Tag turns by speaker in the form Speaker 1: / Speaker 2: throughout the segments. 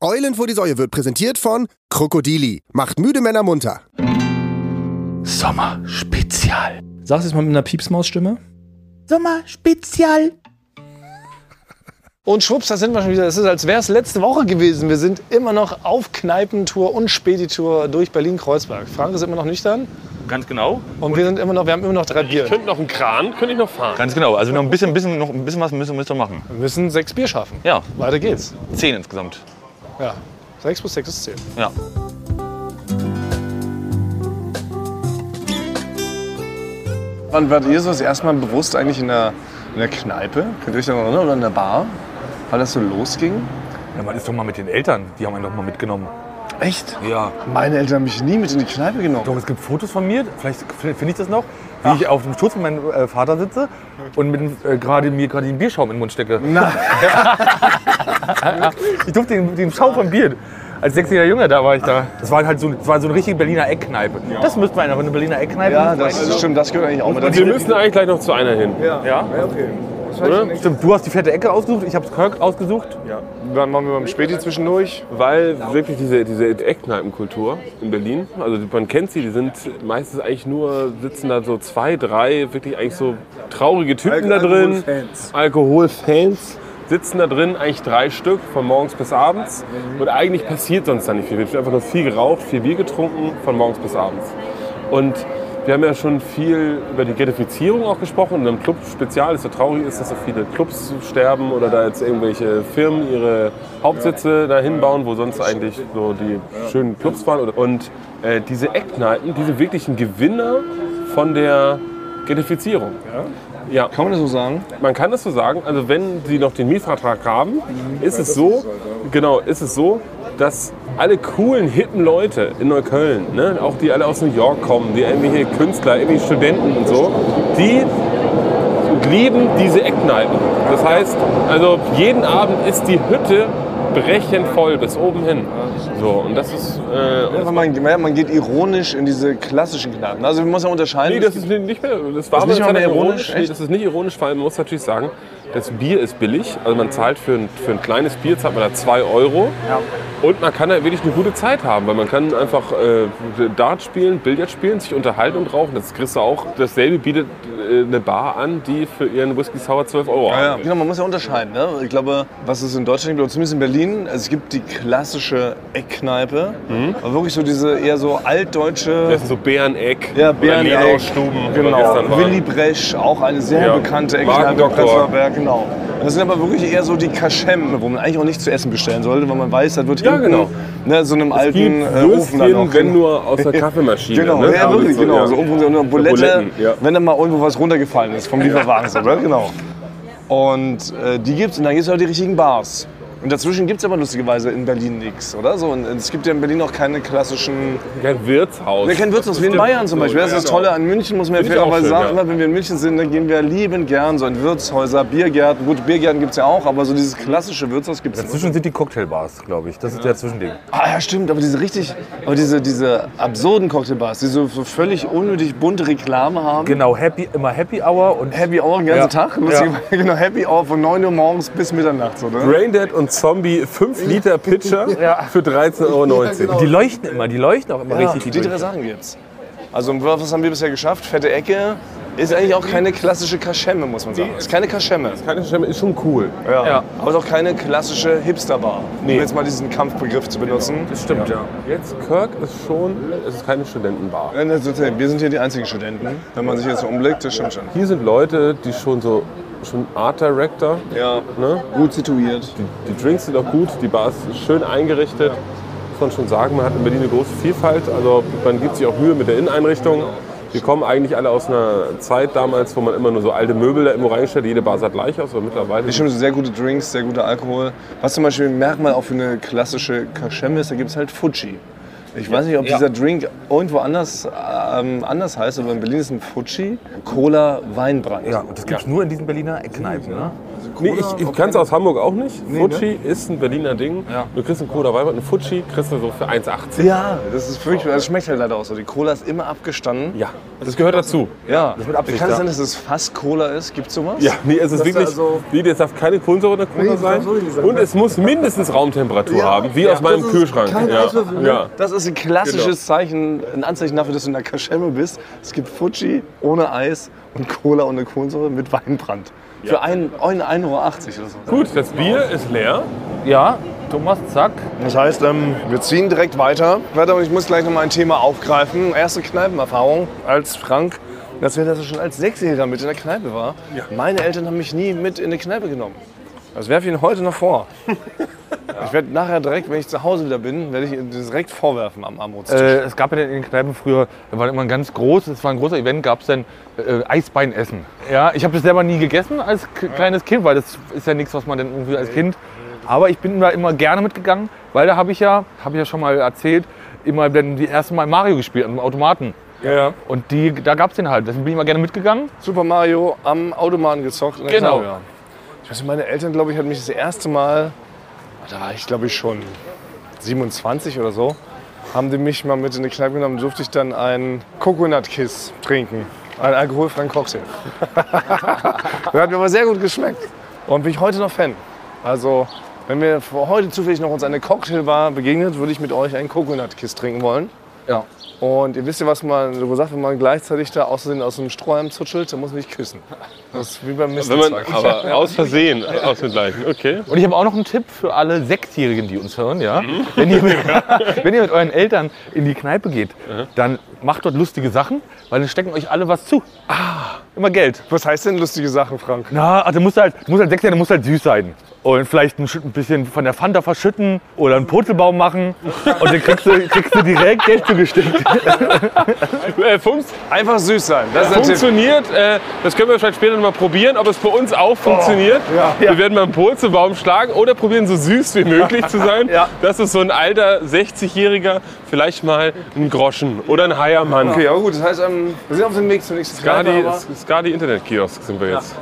Speaker 1: Eulen vor die Säue wird präsentiert von Krokodili. Macht müde Männer munter.
Speaker 2: Sommerspezial.
Speaker 3: Sag's jetzt mal mit einer Piepsmausstimme.
Speaker 2: Sommerspezial.
Speaker 4: Und schwupps, da sind wir schon wieder. Es ist, als wäre es letzte Woche gewesen. Wir sind immer noch auf Kneipentour und Spätitour durch Berlin-Kreuzberg. Frank ist immer noch nüchtern
Speaker 2: Ganz genau.
Speaker 4: und wir sind immer noch, wir haben immer noch drei Bier.
Speaker 5: Könnte noch einen Kran, könnte ich noch fahren.
Speaker 2: Ganz genau. Also noch ein bisschen, bisschen, noch ein bisschen was müssen wir noch machen.
Speaker 4: Wir müssen sechs Bier schaffen.
Speaker 2: Ja,
Speaker 4: Weiter geht's.
Speaker 2: zehn insgesamt.
Speaker 4: Ja. Sechs plus sechs ist zehn.
Speaker 2: Ja.
Speaker 5: Wann wart ihr so das erste Mal bewusst eigentlich in der, in der Kneipe? Könnt ihr euch da noch erinnern? Oder in der Bar? Weil das so losging?
Speaker 2: ja. Man ist doch mal mit den Eltern. Die haben einen doch mal mitgenommen.
Speaker 5: Echt?
Speaker 2: Ja.
Speaker 5: Meine Eltern haben mich nie mit in die Kneipe genommen.
Speaker 2: Doch, es gibt Fotos von mir, vielleicht finde ich das noch, wie ich auf dem Schoß von meinem äh, Vater sitze und mit, dem, äh, gerade, mir gerade den Bierschaum in den Mund stecke. Nein. ich durfte den, den Schaum vom Bier. Als sechsjähriger Junge, da war ich da. Das war halt so, das war so eine richtige Berliner Eckkneipe. Das müsste man aber eine Berliner Eckkneipe.
Speaker 5: Ja, das stimmt, das gehört eigentlich auch mit
Speaker 6: Wir müssen eigentlich gleich noch zu einer hin.
Speaker 2: Stimmt, du hast die fette Ecke ausgesucht, ich habe Kirk ausgesucht.
Speaker 5: Wann waren wir beim Späti zwischendurch?
Speaker 6: Weil wirklich diese, diese Eckkneipenkultur in Berlin, also man kennt sie, die sind meistens eigentlich nur, sitzen da so zwei, drei wirklich eigentlich so traurige Typen da drin. Alkoholfans sitzen da drin, eigentlich drei Stück, von morgens bis abends. Und eigentlich passiert sonst da nicht viel. Es wird einfach nur viel geraucht, viel Bier getrunken, von morgens bis abends. Und wir haben ja schon viel über die Ghettoifizierung auch gesprochen. In einem Club spezial ist so traurig ist, dass so viele Clubs sterben oder da jetzt irgendwelche Firmen ihre Hauptsitze dahin bauen, wo sonst eigentlich so die schönen Clubs waren. Und äh, diese Eckkneipen, diese wirklichen Gewinner von der Ghettoifizierung. Ja.
Speaker 5: Kann man das so sagen?
Speaker 6: Man kann es so sagen, also wenn sie noch den Mietvertrag haben, ist es so, genau, ist es so, dass alle coolen, hippen Leute in Neukölln, ne, auch die alle aus New York kommen, die irgendwelche Künstler, irgendwelche Studenten und so, die lieben diese Eckkneipen. Das heißt, also jeden Abend ist die Hütte brechend voll bis oben hin. So, und das ist, äh, und
Speaker 5: Einfach Man, man geht ironisch in diese klassischen Kneipen. Also man muss ja unterscheiden.
Speaker 6: Nee, das ist nicht mehr. Das war
Speaker 5: Das ist nicht
Speaker 6: aber
Speaker 5: mehr
Speaker 6: jetzt
Speaker 5: ironisch, echt?
Speaker 6: Nee, das ist nicht ironisch, weil man muss natürlich sagen, das Bier ist billig. Also man zahlt für ein, für ein kleines Bier, zahlt man da 2 Euro. Und man kann da wirklich eine gute Zeit haben, weil man kann einfach äh, Dart spielen, Billard spielen, sich unterhalten und rauchen. Das kriegst du auch. Dasselbe bietet äh, eine Bar an, die für ihren Whisky Sour 12 Euro
Speaker 5: Ja, ja.
Speaker 6: anbietet.
Speaker 5: Genau, man muss ja unterscheiden. Ne? Ich glaube, was es in Deutschland gibt, oder zumindest in Berlin, also es gibt die klassische Eckkneipe,
Speaker 6: Mhm.
Speaker 5: aber wirklich so diese eher so altdeutsche
Speaker 6: Das ist so Bäreneck,
Speaker 5: Ja,
Speaker 6: oder
Speaker 5: Bäreneck.
Speaker 6: Lenau-Stuben, wo wir gestern
Speaker 5: Genau,
Speaker 6: waren.
Speaker 5: Willy Bresch, auch eine sehr
Speaker 6: Ja.
Speaker 5: bekannte Eckkneipe in
Speaker 6: Markendoktor.
Speaker 5: Prenzlauer Berg, genau. Das sind aber wirklich eher so die Kaschemmen, wo man eigentlich auch nicht zu essen bestellen sollte, weil man weiß, das wird
Speaker 6: Ja,
Speaker 5: hinten
Speaker 6: genau.
Speaker 5: ne, so einem alten
Speaker 6: Gibt
Speaker 5: äh, Ofen dann noch.
Speaker 6: Würstchen, wenn nur aus der Kaffeemaschine.
Speaker 5: Genau,
Speaker 6: ne?
Speaker 5: ja,
Speaker 6: Also
Speaker 5: wirklich,
Speaker 6: so,
Speaker 5: genau.
Speaker 6: ja.
Speaker 5: So irgendwo so eine Bulette,
Speaker 6: Buletten, ja.
Speaker 5: wenn da mal irgendwo was runtergefallen ist vom Lieferwagen, so, ne? genau. Und äh, die gibt's und dann gibt's auch die richtigen Bars. Und dazwischen gibt's aber lustigerweise in Berlin nichts, oder? So, und es gibt ja in Berlin auch keine klassischen.
Speaker 6: Kein Wirtshaus.
Speaker 5: Wir kennen Wirtshaus wie in
Speaker 6: Stimmt.
Speaker 5: Bayern zum Beispiel.
Speaker 6: So,
Speaker 5: Das
Speaker 6: ja,
Speaker 5: ist das
Speaker 6: genau.
Speaker 5: Tolle an München, muss man ja
Speaker 6: Finde ich auch
Speaker 5: fairerweise
Speaker 6: schön,
Speaker 5: sagen.
Speaker 6: ja.
Speaker 5: Immer wenn wir in München sind, dann gehen wir liebend gern so in Wirtshäuser, Biergärten. Gut, Biergärten gibt's ja auch, aber so dieses klassische Wirtshaus gibt's nicht.
Speaker 2: Dazwischen sind die Cocktailbars, glaube ich. Das ist der Zwischending.
Speaker 5: Ah ja, stimmt, aber diese richtig, aber diese, diese absurden Cocktailbars, die so, so völlig unnötig bunte Reklame haben.
Speaker 2: Genau, happy, immer Happy Hour und
Speaker 5: Happy Hour den ganzen
Speaker 2: Ja.
Speaker 5: Tag?
Speaker 2: Ja.
Speaker 5: Lustigerweise, Genau, Happy Hour von 9 Uhr morgens bis Mitternacht, ne? oder?
Speaker 6: Braindead und Zombie 5 Liter Pitcher für 13,19 Euro.
Speaker 2: die leuchten immer, die leuchten auch immer richtig.
Speaker 5: die drei
Speaker 2: durch.
Speaker 5: Sachen gibt's. Also was haben wir bisher geschafft? Fette Ecke ist eigentlich auch keine klassische Kaschemme, muss man sagen. Ist keine Kaschemme.
Speaker 6: Keine Stimme ist schon cool.
Speaker 5: Ja. Aber ist auch keine klassische Hipsterbar, um jetzt mal diesen Kampfbegriff zu benutzen.
Speaker 2: Das stimmt, ja.
Speaker 6: Jetzt Kirk ist schon, es ist keine Studentenbar.
Speaker 5: Nein, das ist okay. Wir sind hier die einzigen Studenten, wenn man sich jetzt so umblickt, das stimmt schon.
Speaker 6: Hier sind Leute, die schon so schon Art Director.
Speaker 5: Ja,
Speaker 6: Ne?
Speaker 5: gut situiert.
Speaker 6: Die Drinks sind auch gut, die Bar ist schön eingerichtet. Muss man schon sagen, man hat in Berlin eine große Vielfalt. Also man gibt sich auch Mühe mit der Inneneinrichtung. Wir kommen eigentlich alle aus einer Zeit damals, wo man immer nur so alte Möbel da irgendwo reingestellt hat. Jede Bar sah gleich aus, aber mittlerweile.
Speaker 5: Bestimmt sehr gute Drinks, sehr guter Alkohol. Was zum Beispiel ein Merkmal auch für eine klassische Kaschemme ist, da gibt es halt Fuji. Ich weiß nicht, ob dieser Drink irgendwo anders, ähm, anders heißt, aber in Berlin ist ein Fuji Cola Weinbrand.
Speaker 2: Ja, und das gibt es nur in diesen Berliner Eckkneipen, ne?
Speaker 6: Nee, ich, ich kann es aus Hamburg auch nicht.
Speaker 5: Nee, ne?
Speaker 6: Fuji ist ein Berliner Ding.
Speaker 2: Ja.
Speaker 6: Du kriegst einen Cola Weiber, einen Fuji kriegst du so für 1,80.
Speaker 5: Ja, das ist furchtbar. Das schmeckt halt leider auch so. Die Cola ist immer abgestanden.
Speaker 6: Ja, das gehört dazu.
Speaker 5: Ja.
Speaker 6: Das mit Absicht,
Speaker 5: Kann
Speaker 6: ja.
Speaker 5: es sein, dass es fast Cola ist? Gibt's sowas?
Speaker 6: Ja, nee, es ist
Speaker 5: Dass
Speaker 6: wirklich.
Speaker 5: da so-
Speaker 6: nee, das darf keine Kohlensäure in der Cola
Speaker 5: also- das darf
Speaker 6: sein.
Speaker 5: wirklich nicht sein.
Speaker 6: Und es muss mindestens Raumtemperatur haben, wie aus meinem Kühlschrank. Ja. ja.
Speaker 5: Das ist ein klassisches Zeichen, ein Anzeichen dafür, dass du in der Kaschemme bist. Es gibt Fuji ohne Eis und Cola ohne Kohlensäure mit Weinbrand. Für ein- 1,80 Euro oder so.
Speaker 6: Gut, das Bier ist leer.
Speaker 2: Ja, Thomas, zack.
Speaker 5: Das heißt, ähm, wir ziehen direkt weiter. Warte, und ich muss gleich noch mal ein Thema aufgreifen. Erste Kneipenerfahrung als Frank. Das wäre, dass er schon als Sechsjähriger mit in der Kneipe war. Meine Eltern haben mich nie mit in die Kneipe genommen. Das werfe ich Ihnen heute noch vor. Ich werde nachher direkt, wenn ich zu Hause wieder bin, werde ich Ihnen das direkt vorwerfen am Armutstisch.
Speaker 2: Äh, es gab ja in den Kneipen früher, da war immer ein ganz groß, es war ein großer Event, gab es dann äh, Eisbeinessen. Ja, ich habe das selber nie gegessen als k- kleines Kind, weil das ist ja nichts, was man dann irgendwie als Kind. Aber ich bin da immer gerne mitgegangen, weil da habe ich ja, habe ich ja schon mal erzählt, immer dann die ersten Mal Mario gespielt am Automaten.
Speaker 6: Ja.
Speaker 2: Und die, da gab es den halt. Deswegen bin ich immer gerne mitgegangen.
Speaker 5: Super Mario am Automaten gezockt. in der
Speaker 2: Genau.
Speaker 5: Kneipe. Ich weiß nicht, meine Eltern, glaube ich, hatten mich das erste Mal, ah, da war ich, glaube ich, schon 27 oder so, haben die mich mal mit in die Kneipe genommen, durfte ich dann einen Coconut Kiss trinken. Einen alkoholfreien Cocktail. Der hat mir aber sehr gut geschmeckt. Und bin ich heute noch Fan. Also, wenn wir heute zufällig noch uns eine Cocktailbar begegnet, würde ich mit euch einen Coconut Kiss trinken wollen.
Speaker 2: Ja.
Speaker 5: Und ihr wisst ja, was man so sagt, wenn man gleichzeitig da außerdem aus dem Strohhalm zutschelt, dann muss man nicht küssen. Das ist wie beim
Speaker 6: Wenn man,
Speaker 5: Mistelzweig.
Speaker 6: aber aus Versehen, aus dem gleichen. Okay.
Speaker 2: Und ich habe auch noch einen Tipp für alle Sechsjährigen, die uns hören. Ja? Wenn, ihr mit, wenn ihr mit euren Eltern in die Kneipe geht, dann macht dort lustige Sachen, weil dann stecken euch alle was zu. Ah, immer Geld.
Speaker 5: Was heißt denn lustige Sachen, Frank?
Speaker 2: Na, also musst du halt, du musst halt sechs sein, du musst halt süß sein. Und vielleicht ein, Schü- ein bisschen von der Fanta verschütten oder einen Purzelbaum machen. Und dann kriegst du, kriegst du direkt Geld zugesteckt.
Speaker 6: Äh, Funks,
Speaker 5: Einfach süß sein. Das ist der Tipp.
Speaker 6: funktioniert. Äh, das können wir vielleicht später noch mal probieren, ob es bei uns auch funktioniert.
Speaker 5: Oh,
Speaker 6: Wir werden mal einen Purzelbaum schlagen oder probieren, so süß wie möglich zu sein. Dass es so ein alter 60-Jähriger vielleicht mal einen Groschen oder einen Heiermann.
Speaker 5: Okay, ja gut, das heißt, ähm, wir sind auf dem Weg zur nächsten Kneipe.
Speaker 6: Skadi,
Speaker 5: aber-
Speaker 6: Skadi Internetkiosk sind wir jetzt.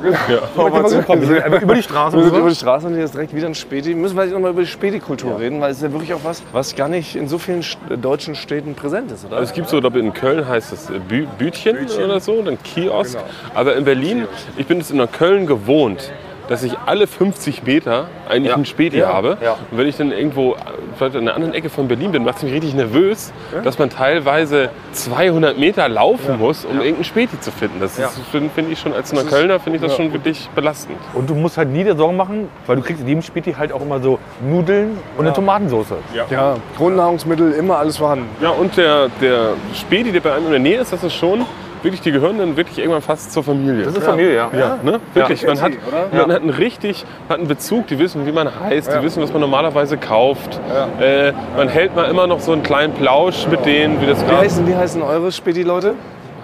Speaker 5: aber zu- wir sind
Speaker 2: Über die Straße.
Speaker 5: über die Straße und hier ist direkt wieder ein Späti. Wir müssen vielleicht noch mal über die Späti-Kultur reden, weil es ist ja wirklich auch was, was gar nicht in so vielen St- äh, deutschen Städten präsent ist, oder?
Speaker 6: Also es gibt so, glaube ich, in Köln heißt es äh, Bü Bütchen, Genau. oder so, dann Kiosk. Aber in Berlin, ich bin es in Köln gewohnt, dass ich alle 50 Meter eigentlich einen Späti habe. Und wenn ich dann irgendwo äh, vielleicht in einer anderen Ecke von Berlin bin, macht es mich richtig nervös, dass man teilweise 200 Meter laufen muss, um irgendeinen Späti zu finden. Das ist- finde find ich schon, als einer Kölner finde ich das schon wirklich belastend.
Speaker 2: Und du musst halt nie dir Sorgen machen, weil du kriegst in jedem Späti halt auch immer so Nudeln und eine Tomatensoße.
Speaker 5: ja, Grundnahrungsmittel, immer alles vorhanden.
Speaker 6: Ja, und der, der Späti, der bei einem in der Nähe ist, das ist schon wirklich, die gehören dann wirklich irgendwann fast zur Familie.
Speaker 2: Das ist Familie, ja.
Speaker 6: Ja, ne? Wirklich. Man, hat, man hat einen richtig, hat einen Bezug, die wissen, wie man heißt, die wissen, was man normalerweise kauft. Äh, man hält mal immer noch so einen kleinen Plausch mit denen, wie das
Speaker 5: Wie
Speaker 6: gerade.
Speaker 5: heißen, wie heißen eure Späti-Leute?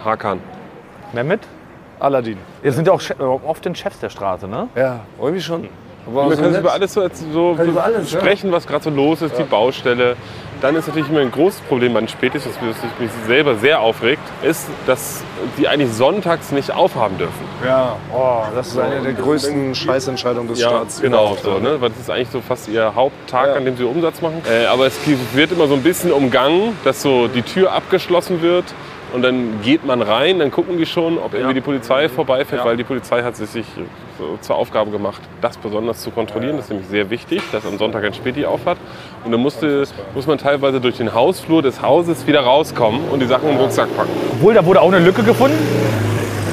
Speaker 6: Hakan.
Speaker 2: Mehmet?
Speaker 5: Aladdin.
Speaker 2: Ihr sind ja auch Che- äh, oft den Chefs der Straße, ne?
Speaker 5: Ja, irgendwie schon. Aber
Speaker 6: Man
Speaker 5: so
Speaker 6: kann
Speaker 5: nett.
Speaker 6: über alles so, so
Speaker 5: über alles, ja.
Speaker 6: sprechen, was gerade so los ist, die Baustelle. Dann ist natürlich immer ein großes Problem bei den Spätis, das mich das mich selber sehr aufregt, ist, dass die eigentlich sonntags nicht aufhaben dürfen.
Speaker 5: Ja, oh, das ist eine der größten Scheißentscheidungen des
Speaker 6: Ja,
Speaker 5: Staats.
Speaker 6: genau so. Ne? Weil das ist eigentlich so fast ihr Haupttag, an dem sie Umsatz machen. Äh, aber es ge- wird immer so ein bisschen umgangen, dass so die Tür abgeschlossen wird und dann geht man rein, dann gucken die schon, ob irgendwie die Polizei
Speaker 5: Mhm.
Speaker 6: vorbeifährt, weil die Polizei hat es sich so zur Aufgabe gemacht, das besonders zu kontrollieren. Das ist nämlich sehr wichtig, dass am Sonntag ein Späti auf hat. Und dann musste, muss man teilweise durch den Hausflur des Hauses wieder rauskommen und die Sachen in den Rucksack packen.
Speaker 2: Obwohl, da wurde auch eine Lücke gefunden.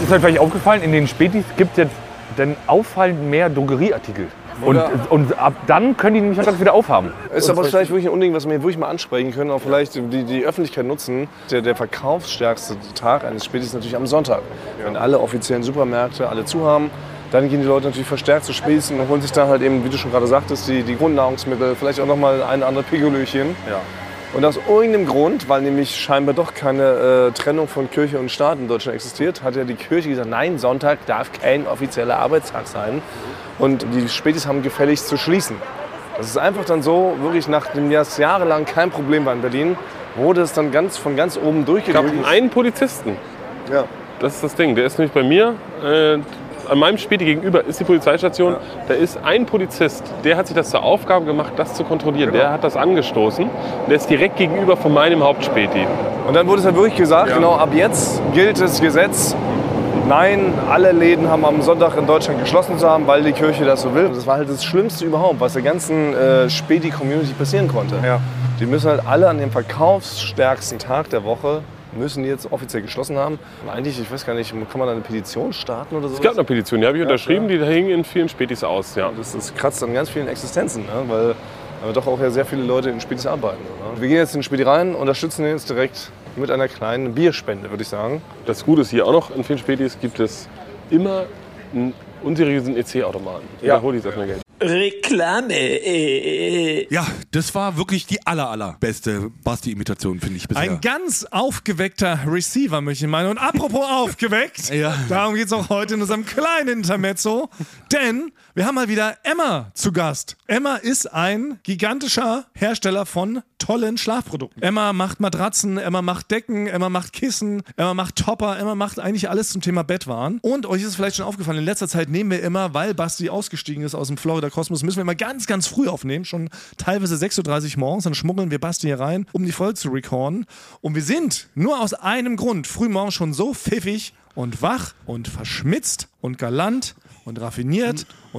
Speaker 2: Ist euch vielleicht aufgefallen, in den Spätis gibt es jetzt dann auffallend mehr Drogerieartikel. Und, und ab dann können die nämlich sonntags wieder aufhaben.
Speaker 5: Ist aber vielleicht wirklich ein Unding, was wir hier wirklich mal ansprechen können, auch vielleicht die, die Öffentlichkeit nutzen. Der, der verkaufsstärkste Tag eines Spätis ist natürlich am Sonntag. Wenn alle offiziellen Supermärkte alle zu haben, dann gehen die Leute natürlich verstärkt zu Spätis und holen sich dann halt eben, wie du schon gerade sagtest, die, die Grundnahrungsmittel, vielleicht auch nochmal ein andere Pigolöchen. Und aus irgendeinem Grund, weil nämlich scheinbar doch keine äh, Trennung von Kirche und Staat in Deutschland existiert, hat ja die Kirche gesagt, nein, Sonntag darf kein offizieller Arbeitstag sein. Und die Spätis haben gefälligst zu schließen. Das ist einfach dann so, wirklich nachdem das jahrelang kein Problem war in Berlin, wurde es dann ganz von ganz oben
Speaker 6: Es gab
Speaker 5: durchgedrückt.
Speaker 6: einen Polizisten.
Speaker 5: Ja.
Speaker 6: Das ist das Ding. Der ist nämlich bei mir äh, an meinem Späti gegenüber ist die Polizeistation. Da ist ein Polizist, der hat sich das zur Aufgabe gemacht, das zu kontrollieren. Der hat das angestoßen. Und Der ist direkt gegenüber von meinem Hauptspäti.
Speaker 5: Und dann wurde es ja wirklich gesagt,
Speaker 6: Ja.
Speaker 5: genau, ab jetzt gilt das Gesetz. Nein, alle Läden haben am Sonntag in Deutschland geschlossen zu haben, weil die Kirche das so will. Das war halt das Schlimmste überhaupt, was der ganzen äh, Späti-Community passieren konnte. Die müssen halt alle an dem verkaufsstärksten Tag der Woche müssen die jetzt offiziell geschlossen haben. Und eigentlich, ich weiß gar nicht, kann man da eine Petition starten oder so?
Speaker 6: Es gab eine Petition, die habe ich unterschrieben, die hing in vielen Spätis aus. Ja.
Speaker 5: Das, das kratzt an ganz vielen Existenzen, ne? weil aber doch auch ja sehr viele Leute in Spätis arbeiten. Oder? Wir gehen jetzt in den Späti rein, unterstützen den jetzt direkt mit einer kleinen Bierspende, würde ich sagen.
Speaker 6: Das Gute ist hier auch noch, in vielen Spätis gibt es immer einen unseriösen EC-Automaten. Ja. Da hol ich das mal Geld.
Speaker 7: Ja, das war wirklich die aller, allerbeste Basti-Imitation, finde ich bisher.
Speaker 8: Ein ganz aufgeweckter Receiver, möchte ich meinen. Und apropos aufgeweckt,
Speaker 7: Ja.
Speaker 8: darum geht es auch heute in unserem kleinen Intermezzo. Denn wir haben mal wieder Emma zu Gast. Emma ist ein gigantischer Hersteller von tollen Schlafprodukten. Emma macht Matratzen, Emma macht Decken, Emma macht Kissen, Emma macht Topper, Emma macht eigentlich alles zum Thema Bettwaren. Und euch ist es vielleicht schon aufgefallen, in letzter Zeit nehmen wir immer, weil Basti ausgestiegen ist aus dem Florida Kosmos, müssen wir immer ganz, ganz früh aufnehmen, schon teilweise 6.30 Uhr morgens, dann schmuggeln wir Basti hier rein, um die Folge zu recorden. Und wir sind nur aus einem Grund frühmorgens schon so pfiffig und wach und verschmitzt und galant und raffiniert
Speaker 7: Mhm.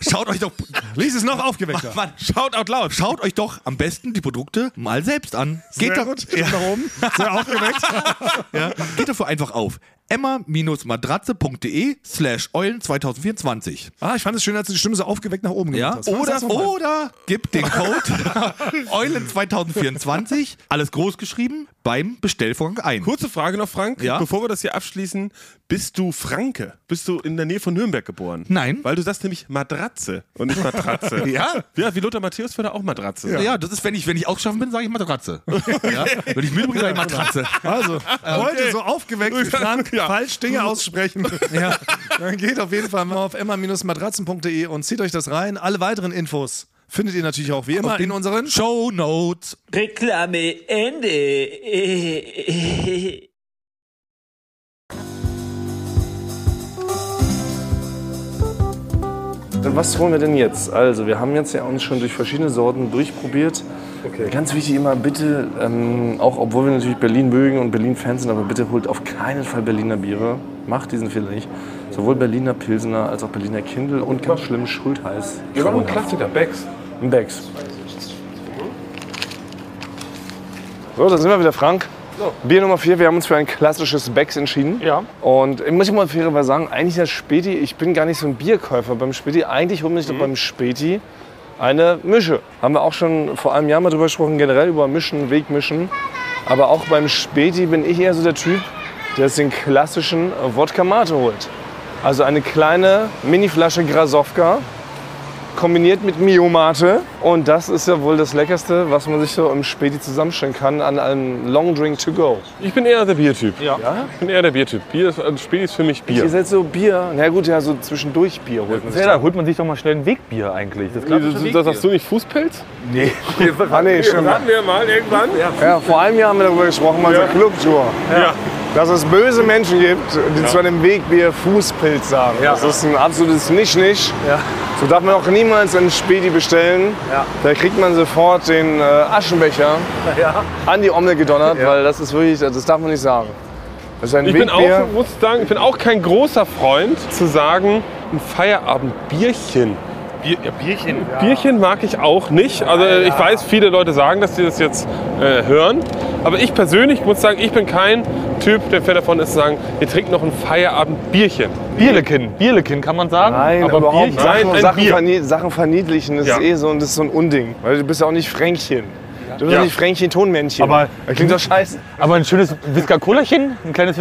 Speaker 9: Schaut euch doch.
Speaker 8: Lies es noch aufgeweckter.
Speaker 9: Mann, schaut out loud. Schaut euch doch am besten die Produkte mal selbst an. Geht
Speaker 8: Sehr
Speaker 9: doch,
Speaker 8: gut. Nach oben. Sehr aufgeweckt.
Speaker 9: ja, geht dafür einfach auf emma-matratze.de slash eulen 2024.
Speaker 8: Ah, ich fand es schön, als du die Stimme so aufgeweckt nach oben gemacht
Speaker 9: Ja,
Speaker 8: hast. Frank,
Speaker 9: oder, oh,
Speaker 8: sag's noch mal.
Speaker 9: oder gibt den Code Eulen2024, alles groß geschrieben, beim Bestellvorgang ein.
Speaker 7: Kurze Frage noch, Frank.
Speaker 9: Ja?
Speaker 7: Bevor wir das hier abschließen, bist du Franke? Bist du in der Nähe von Nürnberg geboren?
Speaker 9: Nein.
Speaker 7: Weil du sagst nämlich Matratze und nicht Matratze.
Speaker 9: Ja?
Speaker 7: Ja, wie Lothar Matthäus würde auch Matratze.
Speaker 9: Ja, das ist, wenn ich, wenn ich ausgeschaffen bin, sage ich Matratze. ja? Wenn ich müde bin, sage ich Matratze.
Speaker 8: Also, heute so aufgeweckt wie Frank, falsch Dinge aussprechen. ja. Dann geht auf jeden Fall mal auf emma-matratzen.de und zieht euch das rein. Alle weiteren Infos findet ihr natürlich auch wie immer in unseren
Speaker 9: Show Notes.
Speaker 10: Reklame Ende.
Speaker 5: Dann was holen wir denn jetzt? Also, wir haben jetzt ja uns schon durch verschiedene Sorten durchprobiert. Ganz wichtig immer, bitte, ähm, auch obwohl wir natürlich Berlin mögen und Berlin-Fans sind, aber bitte holt auf keinen Fall Berliner Biere. Macht diesen Fehler nicht. Sowohl Berliner Pilsener als auch Berliner Kindle und ganz schlimm Schultheiß.
Speaker 6: Wir machen einen Klassiker, Becks.
Speaker 5: Ein Becks. So, da sind wir wieder, Frank. Bier Nummer 4, wir haben uns für ein klassisches Becks entschieden.
Speaker 6: Ja.
Speaker 5: Und ich muss ich mal fairerweise sagen, eigentlich ist das Späti, ich bin gar nicht so ein Bierkäufer beim Späti. Eigentlich hole ich doch beim Späti eine Mische. Haben wir auch schon vor einem Jahr mal drüber gesprochen, generell über Mischen, Wegmischen. Aber auch beim Späti bin ich eher so der Typ, der es den klassischen Wodka Mate holt. Also eine kleine Mini-Flasche Grasowka kombiniert mit Mio Mate. Und das ist ja wohl das Leckerste, was man sich so im Späti zusammenstellen kann an einem Long Drink to go.
Speaker 6: Ich bin eher der Biertyp.
Speaker 5: Ja?
Speaker 6: Ich bin eher der Biertyp. Bier ist, also Späti ist für mich Bier.
Speaker 5: Ihr seid so Bier. Na gut, ja, so zwischendurch Bier holt man sich.
Speaker 2: Ja, da holt man sich doch mal schnell ein Wegbier eigentlich. Das
Speaker 6: Nee, das, das hast du nicht Fußpilz?
Speaker 5: Ah, nee, stimmt.
Speaker 6: wir mal irgendwann. Ja.
Speaker 5: Ja, vor einem Jahr haben wir darüber gesprochen, bei unserer Clubtour. Dass es böse Menschen gibt, die zu einem Wegbier Fußpilz sagen. Das ist ein absolutes Nicht-Nicht. So darf man auch niemals einen Späti bestellen. Da kriegt man sofort den äh, Aschenbecher an die Ommel gedonnert, weil das ist wirklich, das darf man nicht sagen. Das ist ein
Speaker 6: Ich bin
Speaker 5: Wegbier.
Speaker 6: auch, muss sagen, ich bin auch kein großer Freund zu sagen, ein Feierabendbierchen.
Speaker 2: Bier, ja, Bierchen.
Speaker 6: Bierchen mag ich auch nicht. Also ich weiß, viele Leute sagen, dass sie das jetzt äh, hören. Aber ich persönlich muss sagen, ich bin kein Typ, der Fan davon ist, zu sagen, wir trinken noch ein Feierabend-Bierchen.
Speaker 2: Bierlekin, Bierlekin kann man sagen.
Speaker 5: Nein,
Speaker 2: aber
Speaker 5: überhaupt nicht.
Speaker 2: Bierchen,
Speaker 5: Sachen,
Speaker 2: ein
Speaker 5: Sachen,
Speaker 2: Bier.
Speaker 5: vernie Sachen verniedlichen, das
Speaker 2: Ja.
Speaker 5: ist eh so, und das ist so ein Unding. Weil du bist ja auch nicht Fränkchen. Du bist
Speaker 2: Ja.
Speaker 5: ja. nicht Fränkchen Tonmännchen.
Speaker 2: Aber-
Speaker 5: das klingt doch scheiße.
Speaker 2: Aber ein schönes Whisky-Colachen, ein kleines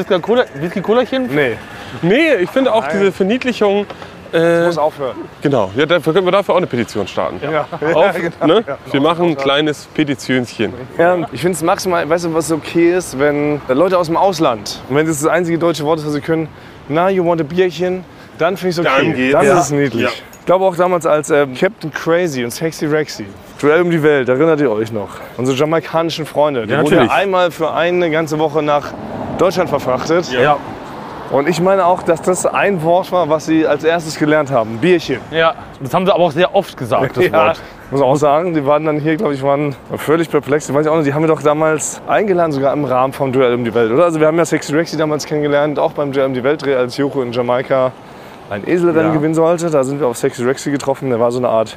Speaker 2: Whisky-Colachen.
Speaker 5: Nee,
Speaker 6: Nee, ich finde auch diese Verniedlichung. Äh,
Speaker 5: muss aufhören.
Speaker 6: genau, ja, dafür können wir dafür auch eine Petition starten.
Speaker 5: Ja.
Speaker 6: Auf, ne?
Speaker 2: genau.
Speaker 6: Wir machen ein kleines Petitionchen.
Speaker 5: Ja, ich finde es maximal, weißt du, was okay ist, wenn Leute aus dem Ausland, und wenn das das einzige deutsche Wort ist, was sie können, na, you want a Bierchen, dann finde ich es okay.
Speaker 6: Dann geht's.
Speaker 5: dann
Speaker 6: Ja.
Speaker 5: ist es niedlich.
Speaker 6: Ja.
Speaker 5: Ich glaube auch damals als ähm, Captain Crazy und Sexy Rexy, Duell um die Welt, erinnert ihr euch noch? Unsere jamaikanischen Freunde, die
Speaker 6: Ja,
Speaker 5: wurden ja
Speaker 6: natürlich.
Speaker 5: einmal für eine ganze Woche nach Deutschland verfrachtet.
Speaker 2: Ja.
Speaker 5: Und ich meine auch, dass das ein Wort war, was sie als erstes gelernt haben, Bierchen.
Speaker 2: Ja, das haben sie aber auch sehr oft gesagt, das
Speaker 5: Ja.
Speaker 2: Wort.
Speaker 5: Muss auch sagen, die waren dann hier, glaube ich, waren völlig perplex. Ich weiß auch nicht, die haben wir doch damals eingeladen, sogar im Rahmen vom Duell um die Welt, oder? Also wir haben ja Sexy Rexy damals kennengelernt, auch beim Duell um die Welt, Dreh, als Joko in Jamaika ein Eselrennen gewinnen sollte. Da sind wir auf Sexy Rexy getroffen. Der war so eine Art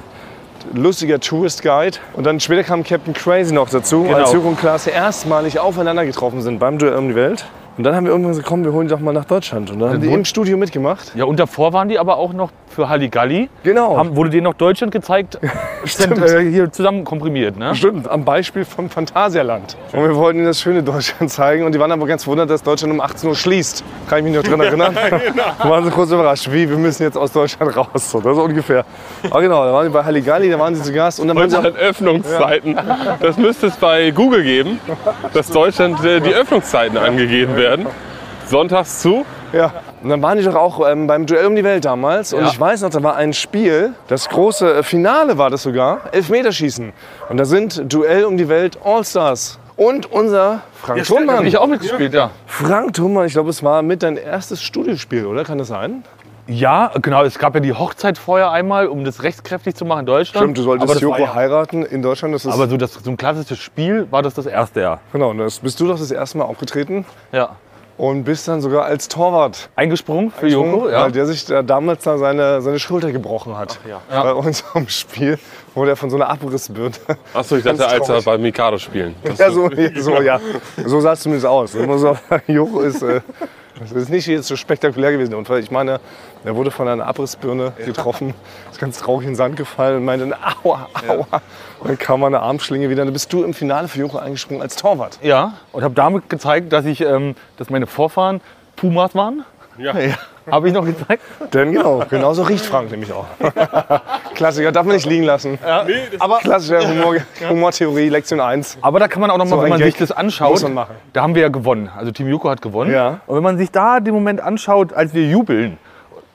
Speaker 5: lustiger Tourist Guide. Und dann später kam Captain Crazy noch dazu,
Speaker 2: Genau.
Speaker 5: als Joko und Klaas erstmalig aufeinander getroffen sind beim Duell um die Welt. Und dann haben wir irgendwann gesagt, komm, wir holen die doch mal nach Deutschland. Und dann haben die im Studio mitgemacht.
Speaker 2: Äh, Ja, und davor waren die aber auch noch für Halligalli.
Speaker 5: Genau.
Speaker 2: Haben, wurde denen noch Deutschland gezeigt, sind, äh, hier zusammen komprimiert. Ne?
Speaker 5: Stimmt, am Beispiel vom Phantasialand. Und wir wollten ihnen das schöne Deutschland zeigen und die waren aber ganz wundert, dass Deutschland um 18 Uhr schließt. Kann ich mich noch dran erinnern? Da waren sie kurz überrascht, wie, wir müssen jetzt aus Deutschland raus. So, das ist ungefähr. Aber genau, da waren sie bei Halligalli, da waren sie zu Gast und dann waren sie
Speaker 6: Deutschland
Speaker 5: auch,
Speaker 6: hat Öffnungszeiten. Das müsste es bei Google geben, dass Deutschland äh, die Öffnungszeiten angegeben werden. Sonntags zu.
Speaker 5: ja. und dann waren die doch auch ähm, beim Duell um die Welt damals. Und ich weiß noch, da war ein Spiel, das große äh, Finale war das sogar, Elfmeterschießen. Und da sind Duell um die Welt All-Stars. Und unser Frank Thunmann.
Speaker 2: Ich auch mitgespielt, ja.
Speaker 5: Frank Thunmann, ich glaube, es war mit dein erstes Studiospiel, oder? Kann das sein?
Speaker 2: Ja, genau. Es gab ja die Hochzeit vorher einmal, um das rechtskräftig zu machen in Deutschland.
Speaker 5: Stimmt, du
Speaker 2: aber,
Speaker 5: solltest
Speaker 2: das war
Speaker 5: Joko
Speaker 2: ja,
Speaker 5: heiraten in Deutschland. Das ist,
Speaker 2: aber so, das, so ein klassisches Spiel war das das erste Jahr.
Speaker 5: genau, das bist du doch das erste Mal aufgetreten
Speaker 2: Ja.
Speaker 5: und bist dann sogar als Torwart
Speaker 2: Eingesprungen für Ah, Joko,
Speaker 5: gesprungen,
Speaker 2: ja.
Speaker 5: weil der sich da damals da seine, seine Schulter gebrochen hat. Bei unserem Spiel wurde er von so einer Abrissbirne.
Speaker 6: Achso, ich dachte, als er bei Mikado spielen.
Speaker 5: ja, so, so, ja. so sah es zumindest aus. Ich muss sagen, Joko ist, äh, das ist nicht jetzt so spektakulär gewesen, der Unfall. Ich meine, er wurde von einer Abrissbirne getroffen, ist ganz traurig in den Sand gefallen und meinte, aua, aua. Und dann kam eine Armschlinge wieder. Dann bist du im Finale für Joko eingesprungen als Torwart.
Speaker 2: Ja, und habe damit gezeigt, dass ich, ähm, dass meine Vorfahren Pumas waren.
Speaker 6: Ja.
Speaker 2: Habe ich noch gezeigt?
Speaker 5: Denn genau, genauso riecht Frank nämlich auch. Klassiker, darf man nicht liegen lassen. aber klassischer Humor, Humortheorie, Lektion 1.
Speaker 2: Aber da kann man auch noch mal,
Speaker 5: So
Speaker 2: wenn
Speaker 5: ein
Speaker 2: man
Speaker 5: Gag
Speaker 2: sich das anschaut,
Speaker 5: muss man machen.
Speaker 2: da haben wir ja gewonnen. Also Team Joko hat gewonnen.
Speaker 5: Ja.
Speaker 2: Und wenn man sich da den Moment anschaut, als wir jubeln,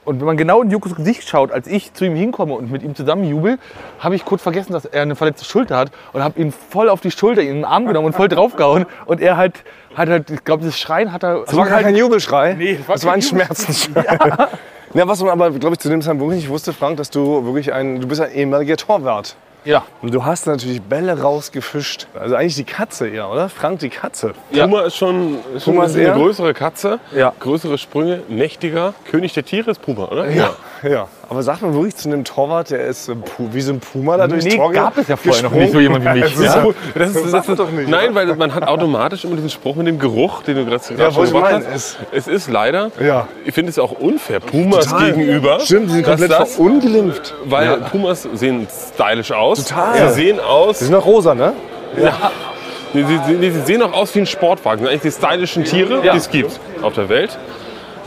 Speaker 2: und wenn man genau in Jokos Gesicht schaut, als ich zu ihm hinkomme und mit ihm zusammen jubel, habe ich kurz vergessen, dass er eine verletzte Schulter hat und habe ihn voll auf die Schulter, in den Arm genommen und voll draufgehauen. Und er hat, hat halt, ich glaube, das Schreien hat er.
Speaker 5: Das war gar
Speaker 2: halt,
Speaker 5: kein Jubelschrei.
Speaker 2: Nee,
Speaker 5: das
Speaker 2: das
Speaker 5: war,
Speaker 2: war
Speaker 5: ein
Speaker 2: kein Jubel-
Speaker 5: Schmerzensschrei. Ja, was man aber, glaube ich, zu dem Zeitpunkt nicht wusste, Frank, dass du wirklich ein, du bist ein ehemaliger Torwart.
Speaker 2: ja.
Speaker 5: Und du hast natürlich Bälle rausgefischt. Also eigentlich die Katze eher, oder? Frank, die Katze.
Speaker 6: Puma ist schon, ist schon
Speaker 5: Puma
Speaker 6: ein
Speaker 5: ist
Speaker 6: bisschen eine
Speaker 5: eher-
Speaker 6: größere Katze,
Speaker 2: Ja.
Speaker 6: größere Sprünge, mächtiger. König der Tiere ist Puma, oder? Ja.
Speaker 5: Ja. Aber sagt man wirklich zu einem Torwart, der ist äh, Pu- wie so ein Puma da durchs
Speaker 2: Nee,
Speaker 5: Tor ge-
Speaker 2: gab es ja vorher noch
Speaker 5: gesprungen?
Speaker 2: nicht so jemand wie mich.
Speaker 6: Das
Speaker 2: Ja.
Speaker 6: ist, gut. das ist,
Speaker 5: Sag
Speaker 6: das ist,
Speaker 5: doch nicht.
Speaker 6: nein, weil man hat automatisch immer diesen Spruch mit dem Geruch, den du gerade
Speaker 5: Ja, wollte
Speaker 6: gerade schon
Speaker 5: ich
Speaker 6: gemacht
Speaker 5: meinen,
Speaker 6: hast. Es ist leider,
Speaker 5: Ja.
Speaker 6: ich finde es auch unfair, Pumas
Speaker 5: Total.
Speaker 6: gegenüber.
Speaker 5: Stimmt, die sind
Speaker 6: dass
Speaker 5: komplett
Speaker 6: das-
Speaker 5: verunglimpft.
Speaker 6: Weil Pumas sehen stylisch aus.
Speaker 5: Total.
Speaker 6: Sie sehen aus,
Speaker 5: Die sind noch rosa, ne?
Speaker 6: nee, sie, sie, sie sehen auch aus wie ein Sportwagen. Das sind eigentlich die stylischen Tiere, die es gibt auf der Welt.